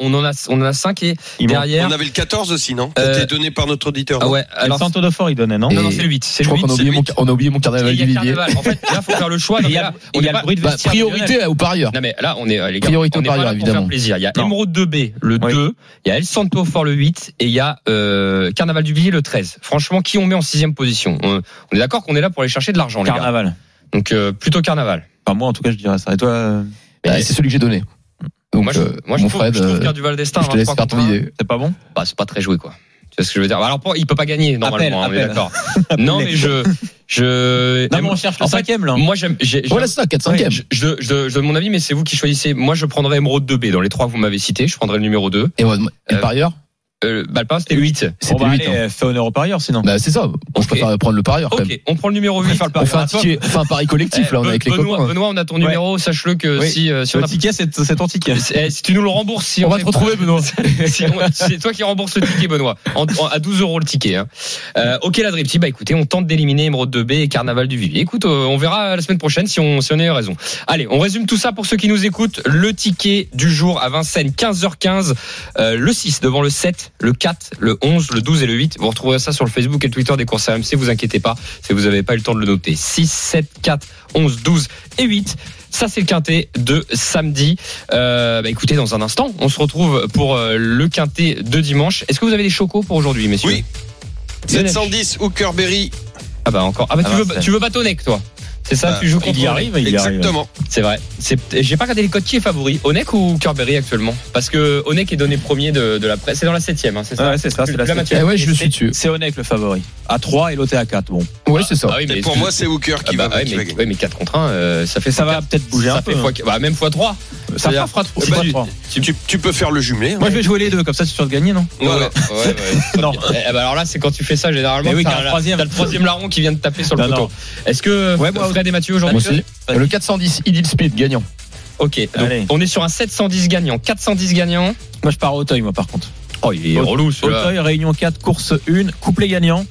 [SPEAKER 5] on en a on en a 5 et
[SPEAKER 8] Il manque-
[SPEAKER 5] derrière
[SPEAKER 6] on avait le 14 aussi non c'était
[SPEAKER 5] Euh,
[SPEAKER 6] donné par notre auditeur
[SPEAKER 5] Ah
[SPEAKER 6] non
[SPEAKER 5] ouais,
[SPEAKER 8] Alors,
[SPEAKER 5] alors
[SPEAKER 8] Santo de Fort, il donnait, non
[SPEAKER 7] Et-
[SPEAKER 5] non, non, c'est le 8, c'est
[SPEAKER 7] Je
[SPEAKER 5] le
[SPEAKER 7] crois
[SPEAKER 5] 8.
[SPEAKER 7] qu'on a oublié mon on a oublié mon
[SPEAKER 5] Il
[SPEAKER 7] carnaval
[SPEAKER 5] y
[SPEAKER 7] du
[SPEAKER 5] a
[SPEAKER 7] Vivier.
[SPEAKER 5] carnaval. En fait, là, faut faire le choix. Non,
[SPEAKER 8] Il y
[SPEAKER 5] mais
[SPEAKER 8] a-
[SPEAKER 5] là,
[SPEAKER 8] il
[SPEAKER 5] on
[SPEAKER 8] y a
[SPEAKER 5] est
[SPEAKER 8] le
[SPEAKER 5] pas-
[SPEAKER 8] bruit de
[SPEAKER 7] Bah,
[SPEAKER 8] vestiaire de Lionel.
[SPEAKER 7] priorité aux parieurs.
[SPEAKER 5] Non, mais là, on est, euh, les gars,
[SPEAKER 7] Priorité
[SPEAKER 5] on est
[SPEAKER 7] au
[SPEAKER 5] pas
[SPEAKER 7] parieur,
[SPEAKER 5] là pour
[SPEAKER 7] évidemment.
[SPEAKER 5] faire plaisir. Il y a
[SPEAKER 8] Non.
[SPEAKER 5] Emeraude 2B, le
[SPEAKER 8] Oui.
[SPEAKER 5] 2. Il y a El Santo Fort, le 8. Et il y a, euh, Carnaval du Villiers, le 13. Franchement, qui on met en sixième position? On, on est d'accord qu'on est là pour aller chercher de l'argent, les gars.
[SPEAKER 8] Carnaval.
[SPEAKER 5] Donc, euh, plutôt Carnaval.
[SPEAKER 8] Enfin, moi, en tout cas, je dirais ça. Et toi, euh,
[SPEAKER 7] Bah, c'est celui que j'ai donné. Donc,
[SPEAKER 5] moi, je,
[SPEAKER 7] euh,
[SPEAKER 5] moi, je
[SPEAKER 7] mon
[SPEAKER 5] trouve,
[SPEAKER 7] Fred,
[SPEAKER 5] je trouve
[SPEAKER 7] euh,
[SPEAKER 5] Carnaval d'Estin,
[SPEAKER 7] je te laisse
[SPEAKER 5] 23
[SPEAKER 7] faire ton
[SPEAKER 5] contre un.
[SPEAKER 7] idée.
[SPEAKER 8] c'est pas bon
[SPEAKER 5] Bah, c'est pas très joué, quoi. Tu vois ce que je veux dire? Alors, pour- il peut pas gagner, normalement.
[SPEAKER 8] Appel,
[SPEAKER 5] hein, on est
[SPEAKER 8] appel.
[SPEAKER 5] d'accord. non, mais je, je,
[SPEAKER 8] Non, mais on cherche le
[SPEAKER 5] en fait,
[SPEAKER 8] cinquième, là.
[SPEAKER 5] moi, j'aime, j'ai- j'ai-
[SPEAKER 7] Voilà c'est ça, 4 5
[SPEAKER 5] Je, je, je- je donne mon avis, mais c'est vous qui choisissez. Moi, je prendrais Emeraude 2B dans les trois que vous m'avez cités. Je prendrais le numéro 2.
[SPEAKER 7] Et, moi, et
[SPEAKER 5] Euh,
[SPEAKER 7] par ailleurs,
[SPEAKER 5] euh, Balpin, c'était 8.
[SPEAKER 8] On
[SPEAKER 11] C'était
[SPEAKER 8] va
[SPEAKER 11] 8.
[SPEAKER 8] aller euh, faire honneur aux parieurs sinon.
[SPEAKER 11] Bah, c'est ça. Bon,
[SPEAKER 5] Ok.
[SPEAKER 11] Je préfère prendre le parieur, quand même.
[SPEAKER 5] Ok, on prend le numéro 8.
[SPEAKER 8] préfère le
[SPEAKER 11] On
[SPEAKER 8] parieur
[SPEAKER 11] fait un ticket, on fait un pari collectif, là, on est avec les
[SPEAKER 5] Eh, Benoît,
[SPEAKER 11] copains.
[SPEAKER 5] Benoît, on a ton numéro, sache-le que
[SPEAKER 8] Oui.
[SPEAKER 5] si, euh, si on
[SPEAKER 8] Le
[SPEAKER 5] a-
[SPEAKER 8] ticket, c'est c'est ton ticket.
[SPEAKER 5] Eh, si tu nous le rembourses, si
[SPEAKER 11] On va
[SPEAKER 5] est-
[SPEAKER 11] te retrouver, Benoît.
[SPEAKER 5] Si on- c'est toi qui rembourses le ticket, Benoît. En- en- à 12 euros le ticket. hein. Euh, ok, la Dripty. Bah écoutez, on tente d'éliminer Emeraude 2B et Carnaval du Vivier. Écoute, euh, on verra la semaine prochaine si on, si on a eu raison. Allez, on résume tout ça pour ceux qui nous écoutent. Le ticket du jour à Vincennes, 15h15. euh, le 6 devant le 7, le 4, le 11, le 12 et le 8. Vous retrouverez ça sur le Facebook et le Twitter des courses RMC. Vous inquiétez pas si vous n'avez pas eu le temps de le noter. 6, 7, 4, 11, 12 et 8. Ça, c'est le quintet de samedi. Euh, bah, écoutez, dans un instant, on se retrouve pour euh, le quintet de dimanche. Est-ce que vous avez des chocos pour aujourd'hui, messieurs
[SPEAKER 6] Oui.
[SPEAKER 5] Lionel.
[SPEAKER 6] 710 Hookerberry.
[SPEAKER 5] Ah bah encore. Ah bah,
[SPEAKER 8] Ah
[SPEAKER 5] tu,
[SPEAKER 8] bah,
[SPEAKER 5] veux, tu veux bâtonner, toi C'est ça,
[SPEAKER 6] Bah,
[SPEAKER 5] tu joues contre
[SPEAKER 8] Il y arrive, il y arrive.
[SPEAKER 6] Exactement.
[SPEAKER 5] C'est vrai. C'est- J'ai pas regardé les codes qui est favori, Onek ou Kerberry actuellement Parce que Onek est donné premier de, de la presse. C'est dans la septième, hein, c'est ça
[SPEAKER 8] Ouais, c'est ça, c'est la
[SPEAKER 5] Là, Mathieu.
[SPEAKER 8] septième.
[SPEAKER 11] Eh ouais, je
[SPEAKER 8] Et
[SPEAKER 11] suis
[SPEAKER 8] c'est-
[SPEAKER 11] dessus.
[SPEAKER 8] C'est Onek le favori. À 3 et l'autre est à 4. Bon,
[SPEAKER 11] Ouais, c'est ça.
[SPEAKER 5] Ah oui,
[SPEAKER 6] Et pour moi, c'est Hooker qui
[SPEAKER 5] Ah bah,
[SPEAKER 6] va
[SPEAKER 5] ouais,
[SPEAKER 6] qui va
[SPEAKER 5] mais,
[SPEAKER 6] gagner.
[SPEAKER 5] ouais, mais 4 contre 1, ça fait
[SPEAKER 8] ça
[SPEAKER 5] fois
[SPEAKER 8] va
[SPEAKER 5] quatre.
[SPEAKER 8] peut-être bouger
[SPEAKER 5] ça
[SPEAKER 8] un
[SPEAKER 5] fait
[SPEAKER 8] peu. hein.
[SPEAKER 5] fois- bah, même fois 3.
[SPEAKER 8] Ça
[SPEAKER 5] C'est-à-dire-
[SPEAKER 8] fera fera trois.
[SPEAKER 5] Eh
[SPEAKER 8] fera
[SPEAKER 5] ben,
[SPEAKER 8] trois.
[SPEAKER 6] Tu, tu peux faire le jumelé. hein.
[SPEAKER 8] Moi, je vais jouer les deux, comme ça, c'est sûr de gagner, non
[SPEAKER 6] Voilà.
[SPEAKER 5] Ouais, ouais, ouais.
[SPEAKER 8] Non.
[SPEAKER 5] Eh bah, alors là, c'est quand tu fais ça, généralement,
[SPEAKER 8] Mais oui,
[SPEAKER 5] t'as
[SPEAKER 8] t'as un
[SPEAKER 5] la-
[SPEAKER 8] troisième.
[SPEAKER 5] t'as le troisième larron qui vient de taper sur le
[SPEAKER 8] Non,
[SPEAKER 5] poteau.
[SPEAKER 8] non.
[SPEAKER 5] Est-ce que
[SPEAKER 8] Ouais, moi-
[SPEAKER 5] Fred et Mathieu
[SPEAKER 11] Moi
[SPEAKER 5] aujourd'hui
[SPEAKER 11] aussi. Le 410, Idil Speed, gagnant.
[SPEAKER 5] Ok, donc
[SPEAKER 8] Allez.
[SPEAKER 5] on est sur un 710 gagnant, 410 gagnant.
[SPEAKER 8] Moi, je pars au Auteuil, moi, par contre.
[SPEAKER 5] Oh, il est
[SPEAKER 8] Aute-
[SPEAKER 5] relou celui-là.
[SPEAKER 8] Auteuil, réunion 4, course 1, couplet gagnant.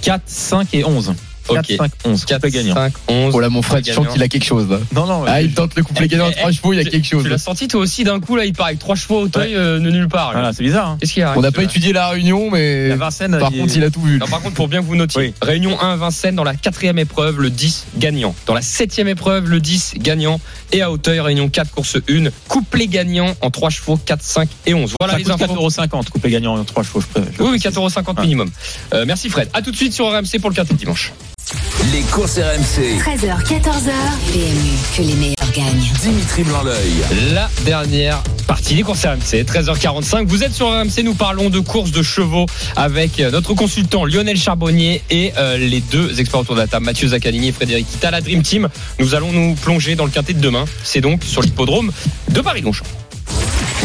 [SPEAKER 8] 4, 5 et 11. 4,
[SPEAKER 5] Ok.
[SPEAKER 8] 5, 11.
[SPEAKER 5] 4,
[SPEAKER 8] couplet gagnant.
[SPEAKER 5] 5, 11.
[SPEAKER 11] Oh là, mon Fred, je sens
[SPEAKER 5] Gagnant.
[SPEAKER 11] qu'il a quelque chose, là.
[SPEAKER 8] Non, non,
[SPEAKER 11] Ah,
[SPEAKER 8] je-
[SPEAKER 11] il tente le couplet gagnant de
[SPEAKER 5] eh,
[SPEAKER 11] 3 chevaux, il y a quelque chose.
[SPEAKER 5] Tu l'as senti toi aussi d'un coup là, il part avec 3 chevaux au teuil, euh, de nulle part. là.
[SPEAKER 8] voilà, c'est bizarre. Hein.
[SPEAKER 5] Qu'est-ce qu'il y a
[SPEAKER 11] On n'a pas étudié la réunion, mais
[SPEAKER 8] La Vincennes,
[SPEAKER 11] par contre, il a tout vu.
[SPEAKER 5] Non, par contre, pour bien que vous notiez,
[SPEAKER 8] Oui.
[SPEAKER 5] Réunion 1 Vincennes dans la quatrième épreuve, le 10 gagnant. Dans la septième épreuve, le 10 gagnant. Et à Auteuil, Réunion 4, course 1, couplet gagnant en 3 chevaux, 4, 5 et 11. Voilà
[SPEAKER 8] ça
[SPEAKER 5] les infos.
[SPEAKER 8] 4,50€ couplet gagnant en 3 chevaux. Je préfère.
[SPEAKER 5] Oui, oui, 4,50€
[SPEAKER 8] Ouais.
[SPEAKER 5] minimum. Euh, merci Fred. À tout de suite sur RMC pour le quintet de dimanche.
[SPEAKER 3] Les courses RMC.
[SPEAKER 4] 13h, 14h, PMU, que les meilleurs gagnent.
[SPEAKER 3] Dimitri Blanc-L'œil.
[SPEAKER 5] La dernière partie des courses RMC, 13h45. Vous êtes sur RMC, nous parlons de courses de chevaux avec euh, notre consultant Lionel Charbonnier et euh, les deux experts autour de la table, Mathieu Zaccanini et Frédéric Kita, la Dream Team. Nous allons nous plonger dans le quintet de demain. C'est donc sur l'hippodrome de Paris-Longchamp.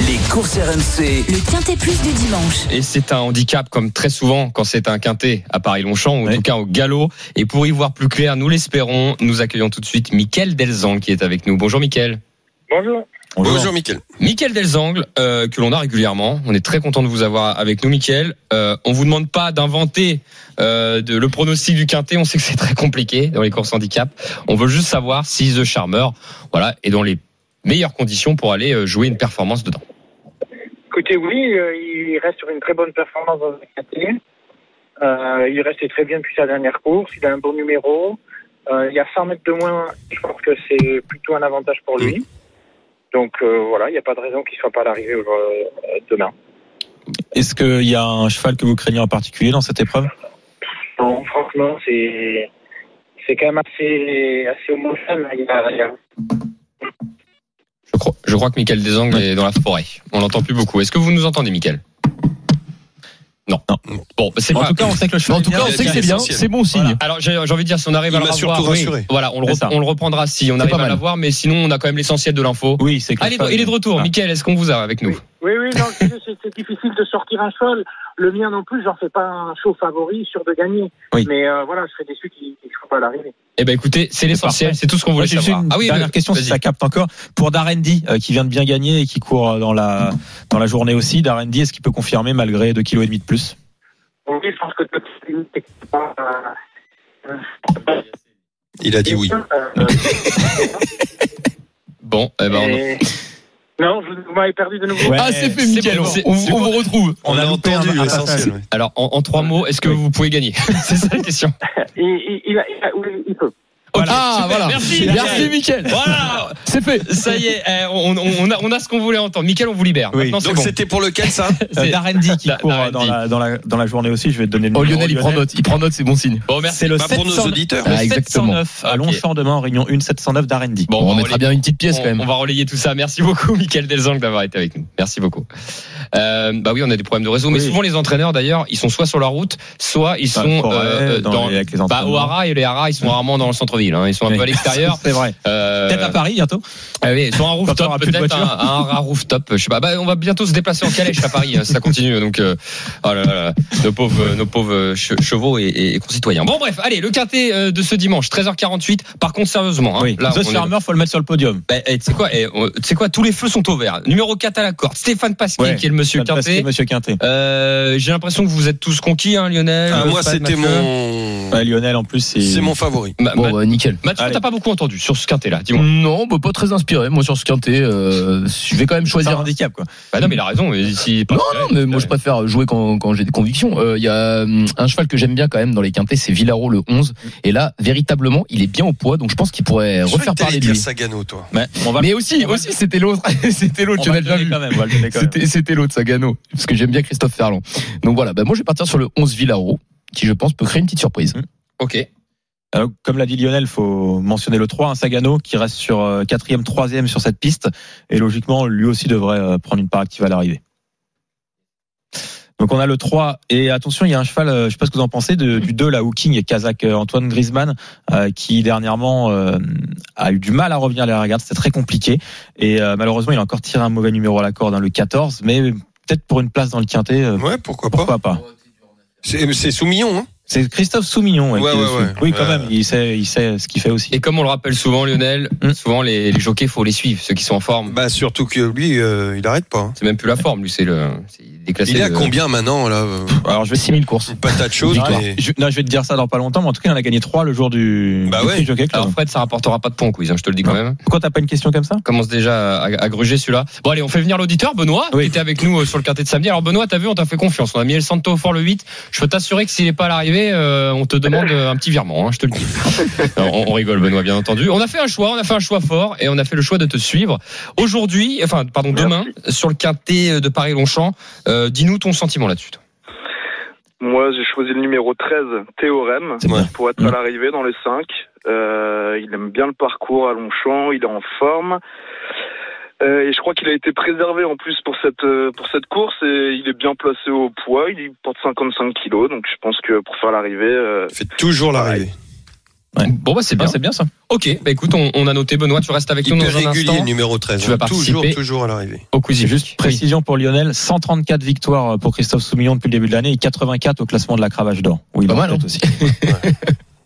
[SPEAKER 3] Les courses RMC.
[SPEAKER 4] Le Quintet Plus du dimanche.
[SPEAKER 5] Et c'est un handicap, comme très souvent quand c'est un quintet à Paris-Longchamp, ou en
[SPEAKER 8] Oui.
[SPEAKER 5] tout cas au galop. Et pour y voir plus clair, nous l'espérons, nous accueillons tout de suite Mickaël Delzan qui est avec nous. Bonjour Mickaël.
[SPEAKER 9] Bonjour.
[SPEAKER 8] Bonjour.
[SPEAKER 6] Bonjour, Mickaël.
[SPEAKER 5] Mickaël Delzangle, euh, que l'on a régulièrement, on est très content de vous avoir avec nous, Mickaël. Euh, on vous demande pas d'inventer euh, de- le pronostic du quintet, on sait que c'est très compliqué dans les courses handicap. On veut juste savoir si The Charmer, voilà, est dans les meilleures conditions pour aller euh, jouer une performance dedans.
[SPEAKER 1] Écoutez, oui, euh, il reste sur une très bonne performance dans le quintet. Euh, il restait très bien depuis sa dernière course. Il a un bon numéro. Euh, il y a 100 mètres de moins. Je pense que c'est plutôt un avantage pour lui. Donc euh, voilà, il n'y a pas de raison qu'il ne soit pas à l'arrivée aujourd'hui- euh, demain.
[SPEAKER 8] Est-ce qu'il y a un cheval que vous craignez en particulier dans cette épreuve
[SPEAKER 1] Non, franchement, c'est c'est quand même assez assez homogène. Il y a- il y a-
[SPEAKER 5] Je crois, je crois que Mickaël Delzangle est dans la forêt. On l'entend plus beaucoup. Est-ce que vous nous entendez, Mickaël Non.
[SPEAKER 8] Non.
[SPEAKER 5] Bon, bah, c'est
[SPEAKER 8] En
[SPEAKER 5] pas.
[SPEAKER 8] tout cas, on sait que le cheval.
[SPEAKER 11] En tout cas, on sait que c'est bien, c'est bon signe.
[SPEAKER 5] Alors j'ai j'ai envie de dire si on arrive
[SPEAKER 6] Il
[SPEAKER 5] à
[SPEAKER 6] m'a
[SPEAKER 5] le revoir,
[SPEAKER 6] surtout
[SPEAKER 5] oui,
[SPEAKER 6] rassuré.
[SPEAKER 5] voilà, on le,
[SPEAKER 8] C'est
[SPEAKER 5] re-
[SPEAKER 8] ça.
[SPEAKER 5] on le reprendra si on
[SPEAKER 11] C'est
[SPEAKER 5] arrive
[SPEAKER 11] pas
[SPEAKER 5] à
[SPEAKER 11] mal.
[SPEAKER 5] l'avoir, mais sinon on a quand même l'essentiel de l'info.
[SPEAKER 8] Oui, c'est que.
[SPEAKER 5] Ah,
[SPEAKER 8] le
[SPEAKER 5] il, est,
[SPEAKER 8] cheval-
[SPEAKER 5] il est de retour.
[SPEAKER 8] Ah.
[SPEAKER 5] Mickaël, est-ce qu'on vous a avec nous
[SPEAKER 1] Oui, oui, non, je sais, c'est- c'est difficile de sortir un cheval. Le mien non plus, j'en fais pas un chaud favori, sûr de gagner.
[SPEAKER 8] Oui.
[SPEAKER 1] Mais euh, voilà, je serais déçu qu'il ne soit pas à l'arrivée.
[SPEAKER 5] Eh ben écoutez, c'est l'essentiel,
[SPEAKER 8] parfait.
[SPEAKER 5] c'est tout ce qu'on
[SPEAKER 8] Moi,
[SPEAKER 5] voulait
[SPEAKER 8] j'ai juste
[SPEAKER 5] savoir.
[SPEAKER 8] une dernière
[SPEAKER 5] mais-
[SPEAKER 8] question si
[SPEAKER 5] vas-y.
[SPEAKER 8] ça capte encore pour Darendi euh, qui vient de bien gagner et qui court euh, dans la dans la journée aussi. Darendi, est-ce qu'il peut confirmer malgré 2,5 kg de plus
[SPEAKER 1] Donc, oui, je pense que le petit- c'est pas, euh, euh,
[SPEAKER 6] Il a dit oui.
[SPEAKER 1] euh,
[SPEAKER 5] Bon, eh ben, on-
[SPEAKER 1] et- Non, vous, vous m'avez perdu de nouveau.
[SPEAKER 8] Ouais.
[SPEAKER 11] Ah, c'est fait,
[SPEAKER 5] c'est
[SPEAKER 11] Mickaël.
[SPEAKER 5] bon,
[SPEAKER 11] on-
[SPEAKER 5] c'est-
[SPEAKER 11] On
[SPEAKER 5] c'est
[SPEAKER 11] on vous retrouve.
[SPEAKER 6] On a
[SPEAKER 8] loupé
[SPEAKER 6] entendu
[SPEAKER 8] un- un
[SPEAKER 6] l'essentiel.
[SPEAKER 8] passage.
[SPEAKER 6] ouais.
[SPEAKER 5] alors en, en trois mots, est-ce que
[SPEAKER 8] Oui.
[SPEAKER 5] vous pouvez gagner C'est ça la question.
[SPEAKER 1] Il, il, il, a- il a- oui, il peut.
[SPEAKER 5] Voilà,
[SPEAKER 11] Ah,
[SPEAKER 5] super,
[SPEAKER 11] voilà.
[SPEAKER 5] Merci.
[SPEAKER 11] Merci,
[SPEAKER 5] Mickaël.
[SPEAKER 11] Mickaël.
[SPEAKER 5] Voilà,
[SPEAKER 11] C'est fait.
[SPEAKER 5] ça y est, eh, on, on- on a, on a ce qu'on voulait entendre. Mickaël, on vous libère.
[SPEAKER 8] Oui.
[SPEAKER 5] Maintenant, c'est
[SPEAKER 6] Donc
[SPEAKER 5] bon.
[SPEAKER 6] c'était pour lequel ça
[SPEAKER 8] Euh,
[SPEAKER 5] C'est-
[SPEAKER 8] Darendi qui
[SPEAKER 5] Da-
[SPEAKER 8] court
[SPEAKER 5] Darendi.
[SPEAKER 8] dans la dans la dans la journée aussi. Je vais te donner le
[SPEAKER 11] Oh,
[SPEAKER 8] numéro.
[SPEAKER 11] Lionel, il prend note. Il prend note, c'est bon signe.
[SPEAKER 5] Bon, merci.
[SPEAKER 8] C'est le
[SPEAKER 6] Bah, Pour nos
[SPEAKER 8] 700
[SPEAKER 6] auditeurs.
[SPEAKER 8] Le
[SPEAKER 11] Ah, exactement.
[SPEAKER 8] 709 à
[SPEAKER 5] Ok.
[SPEAKER 8] Longchamp demain en réunion 1 709 d'Arendi.
[SPEAKER 5] Bon,
[SPEAKER 11] On
[SPEAKER 5] on
[SPEAKER 11] mettra
[SPEAKER 5] les-
[SPEAKER 11] bien une petite pièce,
[SPEAKER 5] on,
[SPEAKER 11] quand même.
[SPEAKER 5] on va relayer tout ça. Merci beaucoup, Mickaël Delzang, d'avoir été avec nous. Merci beaucoup. Euh, bah oui, on a des problèmes de réseau, mais
[SPEAKER 8] Oui.
[SPEAKER 5] souvent les entraîneurs d'ailleurs, ils sont soit sur la route, soit ils
[SPEAKER 8] Dans les
[SPEAKER 5] sont
[SPEAKER 8] forêts,
[SPEAKER 5] euh,
[SPEAKER 8] dans les- avec les
[SPEAKER 5] bah,
[SPEAKER 8] entraînements.
[SPEAKER 5] au Hara et les Haras, ils sont rarement dans le centre-ville, hein. ils sont un
[SPEAKER 8] Oui.
[SPEAKER 5] peu à l'extérieur.
[SPEAKER 8] C'est vrai.
[SPEAKER 5] Euh,
[SPEAKER 8] Peut-être à Paris bientôt.
[SPEAKER 5] ah oui, sur un
[SPEAKER 8] Quand on aura
[SPEAKER 5] rooftop,
[SPEAKER 8] plus de
[SPEAKER 5] peut-être un,
[SPEAKER 8] voiture.
[SPEAKER 5] un, un rooftop. Je sais pas. Bah, on va bientôt se déplacer en calèche à Paris. hein, si ça continue. Donc, euh, oh là là là, nos pauvres, euh, nos pauvres che- chevaux et, et concitoyens. Bon, bref, allez, le quintet euh, de ce dimanche, 13h48. Par contre, sérieusement, hein,
[SPEAKER 8] Oui.
[SPEAKER 5] là,
[SPEAKER 8] The
[SPEAKER 5] on est-
[SPEAKER 8] Farmer, faut le mettre sur le podium.
[SPEAKER 5] Bah, eh, tu sais quoi, eh, on- tu sais quoi, tous les feux sont au vert. Numéro 4 à la corde, Stéphane Pasquier,
[SPEAKER 8] Ouais,
[SPEAKER 5] qui est le monsieur
[SPEAKER 8] Parce que
[SPEAKER 5] quintet.
[SPEAKER 8] Monsieur Quintet.
[SPEAKER 5] Euh, J'ai l'impression que vous êtes tous conquis, hein, Lionel.
[SPEAKER 6] Ah, moi,
[SPEAKER 5] Stéphane,
[SPEAKER 6] c'était
[SPEAKER 5] Mathieu.
[SPEAKER 6] mon.
[SPEAKER 8] Ouais, Lionel en plus, c'est.
[SPEAKER 6] C'est mon favori.
[SPEAKER 5] Ma-
[SPEAKER 11] Bon,
[SPEAKER 5] Ma-
[SPEAKER 11] bah, nickel.
[SPEAKER 5] Mathieu,
[SPEAKER 8] Allez.
[SPEAKER 5] t'as pas beaucoup entendu sur ce quintet-là, dis-moi.
[SPEAKER 11] Non, bah, pas très inspiré. Moi, sur ce quintet, euh, je vais quand même
[SPEAKER 8] C'est un
[SPEAKER 11] choisir. un-
[SPEAKER 8] handicap quoi.
[SPEAKER 5] Bah non, mais il a raison. mais si-
[SPEAKER 11] Non, non, mais moi, je préfère jouer quand, quand j'ai des convictions. Euh, Il y a hum, un cheval que j'aime bien quand même dans les quintets, c'est Villaro le 11. Et là, véritablement, il est bien au poids, donc je pense qu'il pourrait
[SPEAKER 6] Je croyais
[SPEAKER 11] refaire
[SPEAKER 6] que t'allais
[SPEAKER 11] parler de
[SPEAKER 6] dire
[SPEAKER 11] lui.
[SPEAKER 6] Sagano, toi.
[SPEAKER 8] Mais on va
[SPEAKER 11] Mais aussi,
[SPEAKER 8] on va-
[SPEAKER 11] aussi, c'était l'autre. C'était l'autre,
[SPEAKER 8] on
[SPEAKER 11] tu
[SPEAKER 8] va
[SPEAKER 11] l'as
[SPEAKER 8] le
[SPEAKER 11] bien
[SPEAKER 8] donner
[SPEAKER 11] vu.
[SPEAKER 8] quand même, on va le donner quand même.
[SPEAKER 11] C'était, c'était l'autre, Sagano. Parce que j'aime bien Christophe Ferland. Donc voilà, bah moi je vais partir sur le 11 Villaro, qui je pense peut créer une petite surprise.
[SPEAKER 5] Ok.
[SPEAKER 8] Alors, comme l'a dit Lionel, faut mentionner le 3, un Sagano qui reste sur euh, quatrième, troisième sur cette piste. Et logiquement, lui aussi devrait euh, prendre une part active à l'arrivée. Donc on a le 3 et attention il y a un cheval euh, je sais pas ce que vous en pensez de- du 2 la Hooking et Kazakh euh, Antoine Griezmann euh, qui dernièrement euh, a eu du mal à revenir à la regarde c'était très compliqué et euh, malheureusement il a encore tiré un mauvais numéro à la corde hein, le 14 mais peut-être pour une place dans le quintet euh,
[SPEAKER 6] Ouais, pourquoi pas.
[SPEAKER 8] pourquoi pas
[SPEAKER 6] C'est c'est Soumillon, hein.
[SPEAKER 8] c'est Christophe Soumillon ouais,
[SPEAKER 6] Ouais,
[SPEAKER 8] qui est
[SPEAKER 6] ouais,
[SPEAKER 8] dessus.
[SPEAKER 6] ouais.
[SPEAKER 8] oui quand
[SPEAKER 6] Ouais.
[SPEAKER 8] même il sait il sait ce qu'il fait aussi
[SPEAKER 5] Et comme on le rappelle souvent, Lionel,
[SPEAKER 8] Mm.
[SPEAKER 5] souvent les, les jockeys, faut les suivre, ceux qui sont en forme.
[SPEAKER 6] Bah, surtout que lui, euh, il arrête pas. hein.
[SPEAKER 5] C'est même plus la forme, lui, c'est le. Ah, c'est déclassé
[SPEAKER 6] Il est à
[SPEAKER 5] de-
[SPEAKER 6] combien maintenant, là euh,
[SPEAKER 8] alors je vais
[SPEAKER 11] 6000 courses.
[SPEAKER 6] Une patate chaude.
[SPEAKER 8] Non,
[SPEAKER 6] mais-
[SPEAKER 8] je, non, je vais te dire ça dans pas longtemps, mais en tout cas, on a gagné 3 le jour du,
[SPEAKER 6] Bah
[SPEAKER 8] du
[SPEAKER 6] ouais.
[SPEAKER 8] Prix Jockey Club.
[SPEAKER 5] Alors Fred, ça rapportera pas de points, quiz, hein, je te le dis quand même.
[SPEAKER 8] Pourquoi t'as pas une question comme ça
[SPEAKER 5] On Commence déjà à, à gruger celui-là. Bon allez, on fait venir l'auditeur Benoît,
[SPEAKER 8] Oui.
[SPEAKER 5] qui était avec nous euh, sur le quartier de samedi. Alors Benoît, t'as vu, on t'a fait confiance. On a mis El Santo au fort le 8. Je peux t'assurer que s'il est pas à l'arrivée, euh, on te demande euh, un petit virement. hein, je te le dis. Alors, on, on rigole Benoît, bien entendu. On a fait un choix, on a fait un choix fort et on a fait le choix de te suivre aujourd'hui. Enfin, pardon, demain sur le quintet de Paris-Longchamp. Euh, Dis-nous ton sentiment là-dessus. toi.
[SPEAKER 9] Moi, j'ai choisi le numéro 13, Théorème,
[SPEAKER 6] C'est bien.
[SPEAKER 9] pour être à l'arrivée dans les 5. Euh, il aime bien le parcours à Longchamp, il est en forme. Euh, et je crois qu'il a été préservé en plus pour cette euh, pour cette course et il est bien placé au poids. Il porte 55 kilos, donc je pense que pour faire l'arrivée, euh,
[SPEAKER 6] Fait toujours l'arrivée.
[SPEAKER 5] Bon bah c'est bien.
[SPEAKER 8] Ah, C'est bien ça.
[SPEAKER 5] Ok, bah écoute, on, on a noté Benoît, tu restes avec nous
[SPEAKER 6] Hyper
[SPEAKER 5] dans un
[SPEAKER 6] régulier,
[SPEAKER 5] instant
[SPEAKER 6] numéro 13.
[SPEAKER 5] Tu vas
[SPEAKER 6] hein. Toujours,
[SPEAKER 5] participer.
[SPEAKER 6] toujours à l'arrivée.
[SPEAKER 5] au quiz
[SPEAKER 8] Juste
[SPEAKER 5] Juste
[SPEAKER 8] précision pour Lionel 134 victoires euh, pour Christophe Soumillon depuis le début de l'année et 84 au classement de la cravache d'or. Oui,
[SPEAKER 11] Pas mal, hein.
[SPEAKER 8] aussi.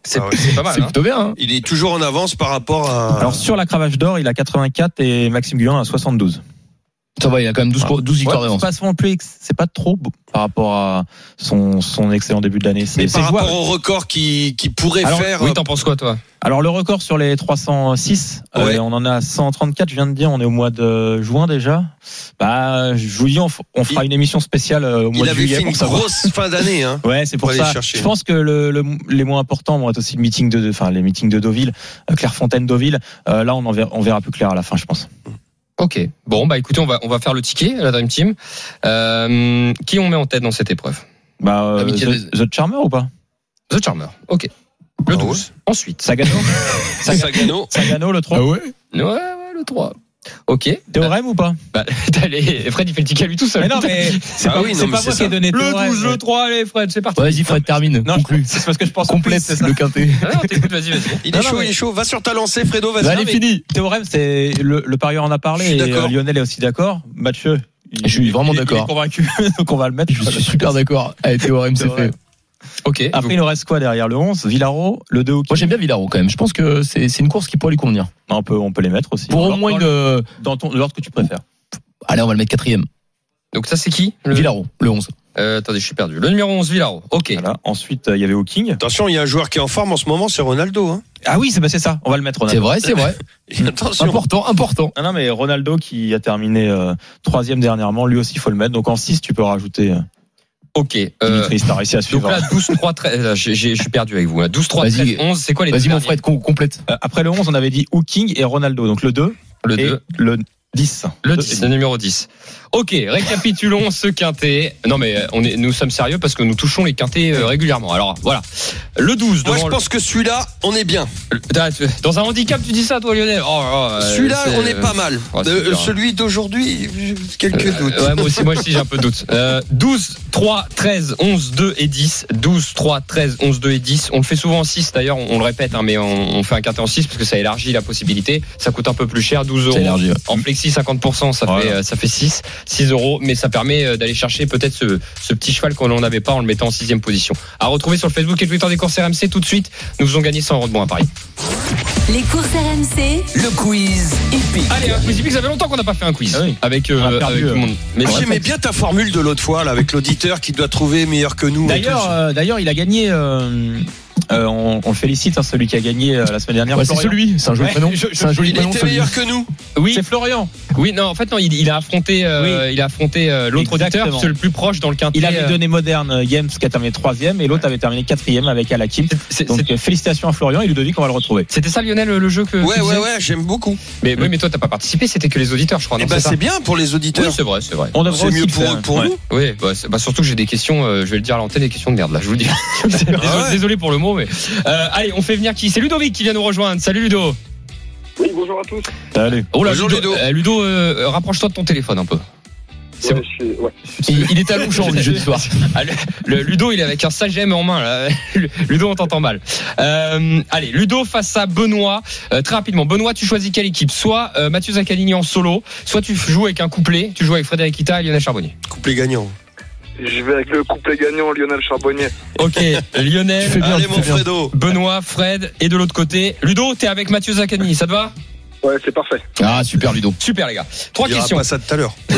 [SPEAKER 5] C'est
[SPEAKER 6] Ah ouais.
[SPEAKER 5] c'est pas mal.
[SPEAKER 11] C'est
[SPEAKER 5] hein.
[SPEAKER 11] plutôt bien. hein.
[SPEAKER 6] Il est toujours en avance par rapport à.
[SPEAKER 8] Alors sur la cravache d'or, il a 84 et Maxime Guyon a 72.
[SPEAKER 11] Ça va, il a quand même 12, cours- 12 victoires
[SPEAKER 8] Ouais,
[SPEAKER 11] d'avance.
[SPEAKER 8] c'est pas souvent plus ex- c'est pas trop beau par rapport à son son excellent début de l'année.
[SPEAKER 6] Mais
[SPEAKER 8] C'est c'est
[SPEAKER 6] par rapport
[SPEAKER 8] jouable.
[SPEAKER 6] au record qui, qui pourrait
[SPEAKER 8] Alors,
[SPEAKER 6] faire.
[SPEAKER 5] Oui, t'en penses quoi, toi
[SPEAKER 8] Alors le record sur les 306, euh,
[SPEAKER 6] Ouais.
[SPEAKER 8] on en a 134, je viens de dire, on est au mois de juin déjà. Bah, je vous dis, on, f- on fera une émission spéciale euh, au
[SPEAKER 6] il
[SPEAKER 8] mois de
[SPEAKER 6] avait
[SPEAKER 8] juillet
[SPEAKER 6] fait une
[SPEAKER 8] pour savoir.
[SPEAKER 6] grosse fin d'année. Hein.
[SPEAKER 8] Ouais, c'est pour
[SPEAKER 6] aller
[SPEAKER 8] ça.
[SPEAKER 6] chercher.
[SPEAKER 8] Je pense que le- le- les mois importants vont être aussi le meeting de, enfin les meetings de Deauville, euh, Clairefontaine Deauville. Euh, là, on en verra, on verra plus clair à la fin, je pense.
[SPEAKER 5] Ok. Bon, bah écoutez, on va, on va faire le ticket, la Dream Team. Euh, qui on met en tête dans cette épreuve
[SPEAKER 8] Bah, euh,
[SPEAKER 11] Ah, mais quel-
[SPEAKER 8] The, The Charmer ou pas
[SPEAKER 5] The Charmer. Ok. Le
[SPEAKER 6] Ah
[SPEAKER 5] 12. Ensuite.
[SPEAKER 8] Sagano,
[SPEAKER 6] Sagano.
[SPEAKER 8] Sagano le 3.
[SPEAKER 11] ouais
[SPEAKER 5] Ah Ouais, ouais, le 3. Ok.
[SPEAKER 8] Théorème ou pas
[SPEAKER 5] Bah, t'as les- Fred, il fait le ticket à lui tout seul.
[SPEAKER 8] Mais non, mais c'est
[SPEAKER 6] Ah
[SPEAKER 8] pas,
[SPEAKER 6] oui, non,
[SPEAKER 8] c'est
[SPEAKER 6] mais
[SPEAKER 8] pas
[SPEAKER 6] c'est
[SPEAKER 8] moi qui ai
[SPEAKER 6] ça.
[SPEAKER 8] donné
[SPEAKER 5] Le
[SPEAKER 8] Théorème.
[SPEAKER 5] 12, le 3, allez, Fred, c'est parti.
[SPEAKER 11] Vas-y, Fred, termine.
[SPEAKER 8] Non, je-
[SPEAKER 11] Conclue.
[SPEAKER 8] c'est parce que je pense en plus,
[SPEAKER 11] Complète
[SPEAKER 8] c'est ça.
[SPEAKER 11] le quintet.
[SPEAKER 5] Non, non, t'écoutes, vas-y, vas-y.
[SPEAKER 6] Il est chaud, il est chaud. Va sur ta lancée, Fredo, vas-y.
[SPEAKER 11] Bah, allez,
[SPEAKER 6] Non, mais-
[SPEAKER 11] fini.
[SPEAKER 8] Théorème, c'est le, le parieur en a parlé
[SPEAKER 6] Je suis
[SPEAKER 8] et
[SPEAKER 6] d'accord.
[SPEAKER 8] euh, Lionel est aussi d'accord. Mathieu, il-
[SPEAKER 11] Je suis vraiment
[SPEAKER 8] il- il est
[SPEAKER 11] d'accord.
[SPEAKER 8] convaincu, donc on va le mettre.
[SPEAKER 11] Je suis super d'accord. Allez, Théorème, c'est fait.
[SPEAKER 8] Théorème.
[SPEAKER 5] Ok.
[SPEAKER 8] Après, il nous reste quoi derrière le 11 Villaro, le 2
[SPEAKER 11] Moi, j'aime bien Villaro quand même. Je pense que c'est c'est une course qui pourrait lui convenir.
[SPEAKER 8] on peut, on peut les mettre aussi.
[SPEAKER 11] Pour
[SPEAKER 8] Dans-
[SPEAKER 11] au moins
[SPEAKER 8] dans
[SPEAKER 11] une.
[SPEAKER 8] le-
[SPEAKER 11] euh,
[SPEAKER 8] dans ton l'ordre que tu préfères.
[SPEAKER 11] Allez, on va le mettre quatrième.
[SPEAKER 5] Donc, ça, c'est qui le...
[SPEAKER 11] Villaro, le 11.
[SPEAKER 5] Euh, attendez, je suis perdu. Le numéro 11, Villaro. Ok.
[SPEAKER 8] Voilà. Ensuite, euh, il y avait Hawking.
[SPEAKER 6] Attention, il y a un joueur qui est en forme en ce moment, c'est Ronaldo. Hein.
[SPEAKER 8] Ah oui, c'est bah, c'est ça. On va le mettre.
[SPEAKER 11] C'est
[SPEAKER 8] Ronaldo.
[SPEAKER 11] vrai, c'est vrai.
[SPEAKER 7] Hmm.
[SPEAKER 6] Et Attention.
[SPEAKER 11] Important, important.
[SPEAKER 8] Ah non, mais Ronaldo qui a terminé euh, troisième dernièrement, lui aussi, il faut le mettre. Donc en 6, tu peux rajouter euh,
[SPEAKER 5] Ok. Euh,
[SPEAKER 8] Dimitri, si t'as réussi à
[SPEAKER 5] donc
[SPEAKER 8] suivre.
[SPEAKER 5] là, 12, 3, 13. là, Ah, j'ai- j'ai- Je suis perdu avec vous. là. 12, 3,
[SPEAKER 11] Vas-y.
[SPEAKER 5] 13, 11. C'est quoi les
[SPEAKER 11] Vas-y,
[SPEAKER 5] deux
[SPEAKER 11] mon
[SPEAKER 5] derniers
[SPEAKER 11] Fred, com- complète.
[SPEAKER 8] Euh, Après le 11, on avait dit Hawking et Ronaldo. Donc le 2
[SPEAKER 5] Le
[SPEAKER 8] et
[SPEAKER 5] 2.
[SPEAKER 8] le 10.
[SPEAKER 5] Le 10, le numéro 10. Ok, récapitulons ce quintet. Non mais euh, on est, nous sommes sérieux parce que nous touchons les quintets euh, régulièrement. Alors voilà. Le 12
[SPEAKER 6] Moi, je
[SPEAKER 5] devant le-
[SPEAKER 6] pense que celui-là, on est bien.
[SPEAKER 5] Ah, tu- Dans un handicap, tu dis ça toi Lionel Oh là là, euh,
[SPEAKER 6] celui-là,
[SPEAKER 5] c'est-
[SPEAKER 6] on est pas mal.
[SPEAKER 5] oh, c'est
[SPEAKER 6] Euh,
[SPEAKER 5] dur, hein.
[SPEAKER 6] celui d'aujourd'hui, quelques doutes.
[SPEAKER 5] Ouais, moi aussi, moi aussi j'ai un peu de doute. Euh, 12, 3, 13, 11, 2 et 10. 12, 3, 13, 11, 2 et 10. On le fait souvent en 6 d'ailleurs, on, on le répète, hein, mais on, on fait un quintet en 6 parce que ça élargit la possibilité. Ça coûte un peu plus cher, 12 euros.
[SPEAKER 11] élargit, ouais.
[SPEAKER 5] En flexi 50%, ça,
[SPEAKER 8] Voilà.
[SPEAKER 5] fait, euh, ça fait 6, 6 euros, mais ça permet euh, d'aller chercher peut-être ce, ce petit cheval qu'on n'en avait pas en le mettant en 6 position. À retrouver sur le Facebook et le Twitter des courses RMC tout de suite. Nous faisons gagner 100 euros de bon à Paris.
[SPEAKER 4] Les courses RMC,
[SPEAKER 3] Le quiz épique.
[SPEAKER 5] Allez, un quiz épique, ça fait longtemps qu'on n'a pas fait un quiz
[SPEAKER 8] Ah oui.
[SPEAKER 5] avec, euh,
[SPEAKER 8] On a perdu,
[SPEAKER 5] avec tout le
[SPEAKER 8] euh,
[SPEAKER 5] monde. Mais
[SPEAKER 6] Ah,
[SPEAKER 5] c'est-
[SPEAKER 6] J'aimais bien ta formule de l'autre fois, là, avec l'auditeur qui doit trouver meilleur que nous. et tout.
[SPEAKER 8] D'ailleurs, euh, d'ailleurs, il a gagné. euh, euh, on, on le félicite, hein, celui qui a gagné euh, la semaine dernière.
[SPEAKER 11] Ouais, c'est
[SPEAKER 8] Florian.
[SPEAKER 11] celui, c'est un joli
[SPEAKER 8] Ouais,
[SPEAKER 11] prénom.
[SPEAKER 8] je-
[SPEAKER 11] C'est un joli
[SPEAKER 6] il
[SPEAKER 11] prénom.
[SPEAKER 6] était
[SPEAKER 11] celui.
[SPEAKER 6] meilleur que nous.
[SPEAKER 5] oui.
[SPEAKER 8] C'est Florian.
[SPEAKER 5] Oui, non, en fait, non, il, il a affronté, euh, il a affronté euh, l'autre
[SPEAKER 8] Exactement.
[SPEAKER 5] auditeur, c'est le plus proche dans le quintet.
[SPEAKER 8] Il
[SPEAKER 5] euh,
[SPEAKER 8] avait donné moderne euh, Games qui a terminé troisième et l'autre avait terminé quatrième avec Alakim.
[SPEAKER 5] c'est-
[SPEAKER 8] Donc
[SPEAKER 5] c'est-
[SPEAKER 8] euh, félicitations à Florian et Ludovic, on va le retrouver.
[SPEAKER 5] C'était ça, Lionel, euh, le jeu que.
[SPEAKER 6] Ouais,
[SPEAKER 5] tu disais
[SPEAKER 6] ouais, ouais, j'aime beaucoup.
[SPEAKER 5] Mais, oui, mais toi, t'as pas participé, c'était que les auditeurs, je crois.
[SPEAKER 6] Eh
[SPEAKER 5] non,
[SPEAKER 6] ben,
[SPEAKER 5] ça
[SPEAKER 6] c'est bien pour les
[SPEAKER 5] Oui,
[SPEAKER 6] auditeurs.
[SPEAKER 5] c'est vrai, c'est vrai.
[SPEAKER 8] On devrait
[SPEAKER 6] C'est
[SPEAKER 8] aussi
[SPEAKER 6] mieux
[SPEAKER 8] le
[SPEAKER 6] pour
[SPEAKER 8] faire.
[SPEAKER 6] eux que pour
[SPEAKER 8] Ouais.
[SPEAKER 6] nous.
[SPEAKER 5] Oui, bah, c'est- bah, surtout que j'ai des questions, euh, je vais le dire à l'antenne, des questions de merde, là, je vous le dis. désolé,
[SPEAKER 6] Ah ouais.
[SPEAKER 5] désolé pour le mot, mais. Euh, allez, on fait venir qui C'est Ludovic qui vient nous rejoindre. Salut Ludo.
[SPEAKER 9] Oui, bonjour à tous.
[SPEAKER 8] Salut.
[SPEAKER 5] Oh là,
[SPEAKER 6] Bonjour,
[SPEAKER 5] Ludo.
[SPEAKER 6] Ludo.
[SPEAKER 5] euh, Ludo, euh, rapproche-toi de ton téléphone un peu. C'est bon. Il, il est à Longchamp le jeudi soir. Ah, le, le Ludo, il est avec un sagem en main. Là. Ludo, on t'entend mal. Euh, allez, Ludo face à Benoît. Euh, très rapidement, Benoît, tu choisis quelle équipe Soit euh, Mathieu Zaccalini en solo, soit tu joues avec un couplet. Tu joues avec Frédéric Kita et Lionel Charbonnier.
[SPEAKER 6] Couplet gagnant.
[SPEAKER 9] Je vais avec le couplet gagnant Lionel Charbonnier.
[SPEAKER 5] Ok, Lionel,
[SPEAKER 6] Allez, mon Fredo.
[SPEAKER 5] Benoît, Fred et de l'autre côté, Ludo, t'es avec Mathieu Zaccalini. Ça te va
[SPEAKER 9] Ouais, c'est parfait.
[SPEAKER 11] Ah, super Ludo.
[SPEAKER 5] Super les gars. Trois
[SPEAKER 6] On dira
[SPEAKER 5] questions.
[SPEAKER 6] pas ça tout à l'heure.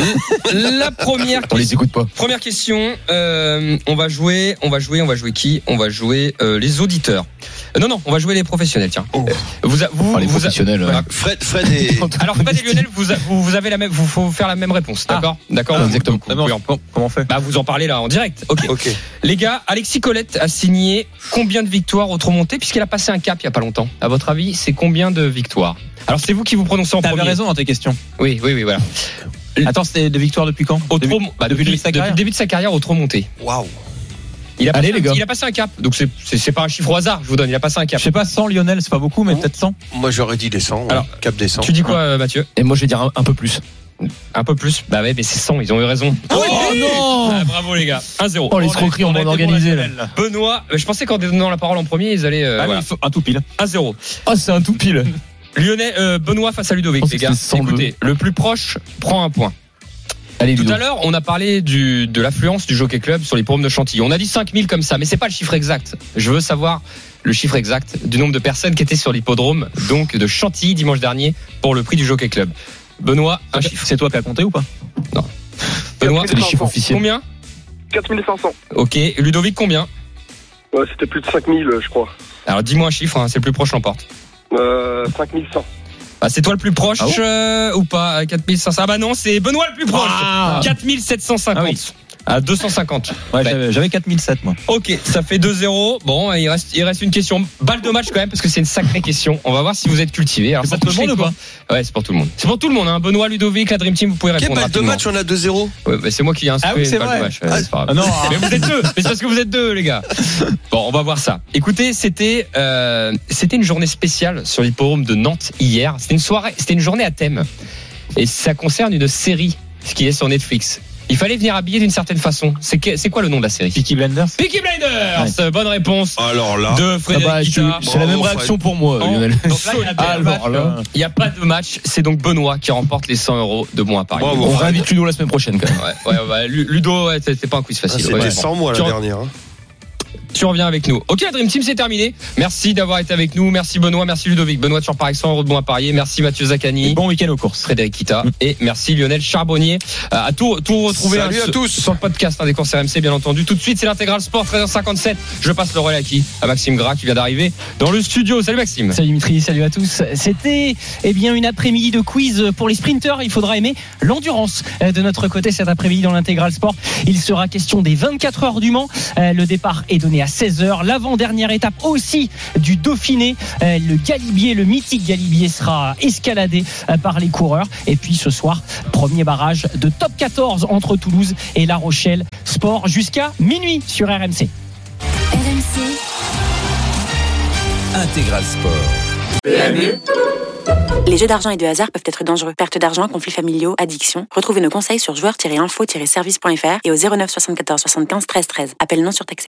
[SPEAKER 5] La première
[SPEAKER 11] On les écoute pas.
[SPEAKER 5] Première question, euh, on va jouer, on va jouer, on va jouer qui On va jouer euh, les auditeurs. Euh, non, non, on va jouer les professionnels, tiens.
[SPEAKER 6] Oh.
[SPEAKER 5] Euh, Vous, a- vous,
[SPEAKER 11] Ah, les
[SPEAKER 5] vous a-
[SPEAKER 11] professionnels.
[SPEAKER 5] voilà.
[SPEAKER 6] Fred, Fred et.
[SPEAKER 5] alors Fred et Lionel, vous, a- vous, vous avez la même, vous faut faire la même réponse, d'accord D'accord.
[SPEAKER 11] Ah,
[SPEAKER 5] vous-
[SPEAKER 11] exactement.
[SPEAKER 5] vous pouvez en-
[SPEAKER 8] Comment on fait
[SPEAKER 5] bah, vous en parlez là en direct. Ok.
[SPEAKER 6] Ok.
[SPEAKER 5] Les gars, Alexis Colette a signé combien de victoires au Tromonté puisqu'elle a passé un cap il y a pas longtemps. À votre avis, c'est combien de victoires Alors c'est vous qui vous prononcez en
[SPEAKER 8] T'avais
[SPEAKER 5] premier.
[SPEAKER 8] raison dans tes questions.
[SPEAKER 5] Oui, oui, oui, voilà.
[SPEAKER 8] Attends, c'était de victoire depuis quand
[SPEAKER 5] Au
[SPEAKER 8] Depuis-
[SPEAKER 5] Trom- bah, depuis,
[SPEAKER 8] depuis le début de sa
[SPEAKER 5] depuis
[SPEAKER 8] carrière
[SPEAKER 5] le début de sa carrière au Tromonté.
[SPEAKER 6] Waouh.
[SPEAKER 5] Il a,
[SPEAKER 11] Allez,
[SPEAKER 5] passé,
[SPEAKER 11] les gars.
[SPEAKER 5] un- il a passé un cap, donc c'est- c'est c'est pas un chiffre au hasard, je vous donne, il a passé un
[SPEAKER 8] Je
[SPEAKER 5] cap.
[SPEAKER 8] sais pas, 100 Lionel, c'est pas beaucoup, mais
[SPEAKER 6] Oh.
[SPEAKER 8] peut-être 100.
[SPEAKER 6] Moi, j'aurais dit descend.
[SPEAKER 5] Alors,
[SPEAKER 6] cap descend.
[SPEAKER 5] Tu dis quoi euh, Mathieu
[SPEAKER 11] Et moi, je vais dire un, un peu plus.
[SPEAKER 5] Un peu plus Bah ouais, mais c'est 100, ils ont eu raison.
[SPEAKER 8] Oh,
[SPEAKER 11] non
[SPEAKER 5] Ah, bravo les gars, 1-0.
[SPEAKER 11] Oh, l'escroquerie, on va en organiser là.
[SPEAKER 5] Benoît, euh, je pensais qu'en donnant la parole en premier, ils allaient... euh,
[SPEAKER 8] Ah oui,
[SPEAKER 5] voilà.
[SPEAKER 8] il faut un tout pile.
[SPEAKER 5] 1-0.
[SPEAKER 11] Ah, c'est un tout pile.
[SPEAKER 5] Lionel, euh, Benoît face à
[SPEAKER 11] Je
[SPEAKER 5] Ludovic,
[SPEAKER 11] pensais
[SPEAKER 5] les
[SPEAKER 11] que
[SPEAKER 5] gars.
[SPEAKER 11] c'était 100,
[SPEAKER 5] Écoutez, le plus proche prend un point.
[SPEAKER 11] Allez,
[SPEAKER 5] Tout
[SPEAKER 11] Ludo.
[SPEAKER 5] à l'heure, on a parlé du, de l'affluence du Jockey Club sur les programmes de Chantilly. On a dit 5000 comme ça, mais c'est pas le chiffre exact. Je veux savoir le chiffre exact du nombre de personnes qui étaient sur l'hippodrome, donc de Chantilly dimanche dernier, pour le prix du Jockey Club. Benoît, un chiffre.
[SPEAKER 8] C'est toi qui as compté ou pas
[SPEAKER 5] Benoît,
[SPEAKER 11] C'est les chiffres officiels.
[SPEAKER 5] combien
[SPEAKER 9] 4500.
[SPEAKER 5] Ok. Ludovic, combien
[SPEAKER 9] Ouais, c'était plus de 5000, je crois.
[SPEAKER 5] Alors dis-moi un chiffre, hein, c'est le plus proche l'emporte.
[SPEAKER 9] Euh, 5100.
[SPEAKER 5] Ah, c'est toi le plus proche
[SPEAKER 11] Ah bon
[SPEAKER 5] euh, ou pas euh, 4500 Ah bah non, c'est Benoît le plus proche
[SPEAKER 8] Ah
[SPEAKER 5] 4750
[SPEAKER 8] Ah oui.
[SPEAKER 5] à 250.
[SPEAKER 8] Ouais,
[SPEAKER 5] Ouais.
[SPEAKER 8] j'avais- j'avais 4007 moi.
[SPEAKER 5] Ok, ça fait 2-0. Bon, il reste, il reste une question. Balle de match quand même, parce que c'est une sacrée question. On va voir si vous êtes cultivé.
[SPEAKER 8] C'est pour tout le monde ou
[SPEAKER 5] Ouais, c'est pour tout le monde. C'est pour tout le monde. Hein. Benoît, Ludovic, la Dream Team, vous pouvez
[SPEAKER 6] Quel
[SPEAKER 5] répondre.
[SPEAKER 6] balle de
[SPEAKER 5] rapidement.
[SPEAKER 6] match, bah, on a 2-0.
[SPEAKER 5] Ouais, bah, C'est moi qui ai instruit
[SPEAKER 8] Ah oui, c'est
[SPEAKER 5] une balle de
[SPEAKER 8] vrai.
[SPEAKER 5] match. Ouais, c'est pas grave.
[SPEAKER 8] Ah, non,
[SPEAKER 5] Mais vous êtes deux. Mais c'est parce que vous êtes deux, les gars. Bon, on va voir ça. Écoutez, c'était euh, c'était une journée spéciale sur l'hippodrome de Nantes hier. C'était une soirée, c'était une journée à thème. Et ça concerne une série, ce qui est sur Netflix. Il fallait venir habillé d'une certaine façon. C'est que- c'est quoi le nom de la série
[SPEAKER 8] Peaky Blenders.
[SPEAKER 5] Peaky Blinders Bonne réponse
[SPEAKER 6] Alors là.
[SPEAKER 5] de
[SPEAKER 11] Ah
[SPEAKER 5] Frédéric
[SPEAKER 11] bah, je-
[SPEAKER 5] Guita.
[SPEAKER 11] c'est la
[SPEAKER 6] Bravo,
[SPEAKER 8] Oh,
[SPEAKER 11] même
[SPEAKER 6] Fred.
[SPEAKER 11] réaction pour moi,
[SPEAKER 5] En-
[SPEAKER 11] Lionel.
[SPEAKER 5] Donc là, il y a
[SPEAKER 11] Ah,
[SPEAKER 5] pas de match.
[SPEAKER 11] alors là.
[SPEAKER 5] Il n'y a pas de match, c'est donc Benoît qui remporte les 100 euros de moins à Paris.
[SPEAKER 6] Bravo.
[SPEAKER 11] On
[SPEAKER 8] euh.
[SPEAKER 6] Fred.
[SPEAKER 11] réinvite Ludo la semaine prochaine, quand même.
[SPEAKER 5] Ouais, ouais, bah, Lu- Ludo, ouais, c'est c'est pas un quiz
[SPEAKER 6] Ah,
[SPEAKER 5] facile.
[SPEAKER 6] C'était
[SPEAKER 5] Ouais, bon.
[SPEAKER 6] sans moi la
[SPEAKER 5] Tu en-
[SPEAKER 6] dernière. hein.
[SPEAKER 5] Tu reviens avec nous. Ok, la Dream Team, c'est terminé. Merci d'avoir été avec nous. Merci Benoît, merci Ludovic. Benoît, tu repars avec 100 euros de moins à parier. Merci Mathieu Zaccani.
[SPEAKER 8] Bon week-end aux courses. Mm.
[SPEAKER 5] Frédéric Kita et merci Lionel Charbonnier. Euh, à tout, tout retrouver
[SPEAKER 6] Salut
[SPEAKER 5] hein,
[SPEAKER 6] à
[SPEAKER 5] sur-
[SPEAKER 6] tous.
[SPEAKER 5] sur le podcast hein, des courses RMC bien entendu. Tout de suite c'est l'intégral sport 13h57. Je passe le relais à qui À Maxime Gras qui vient d'arriver dans le studio. Salut Maxime.
[SPEAKER 12] Salut Dimitri, salut à tous. C'était eh bien une après-midi de quiz pour les sprinteurs. Il faudra aimer l'endurance euh, de notre côté cet après-midi dans l'intégral sport. Il sera question des 24 heures du Mans. Euh, Le départ est donné à
[SPEAKER 8] à 16h. L'avant-dernière étape aussi du Dauphiné. Euh, Le Galibier, le mythique Galibier sera escaladé euh, par les coureurs. Et puis ce soir, premier barrage de top 14 entre Toulouse et La Rochelle. Sport jusqu'à minuit sur RMC.
[SPEAKER 4] RMC,
[SPEAKER 13] Intégral Sport.
[SPEAKER 2] Les jeux d'argent et de hasard peuvent être dangereux. Perte d'argent, conflits familiaux, addiction. Retrouvez nos conseils sur joueurs-info-service.fr et au 09 74 75 13 13. Appel non surtaxé.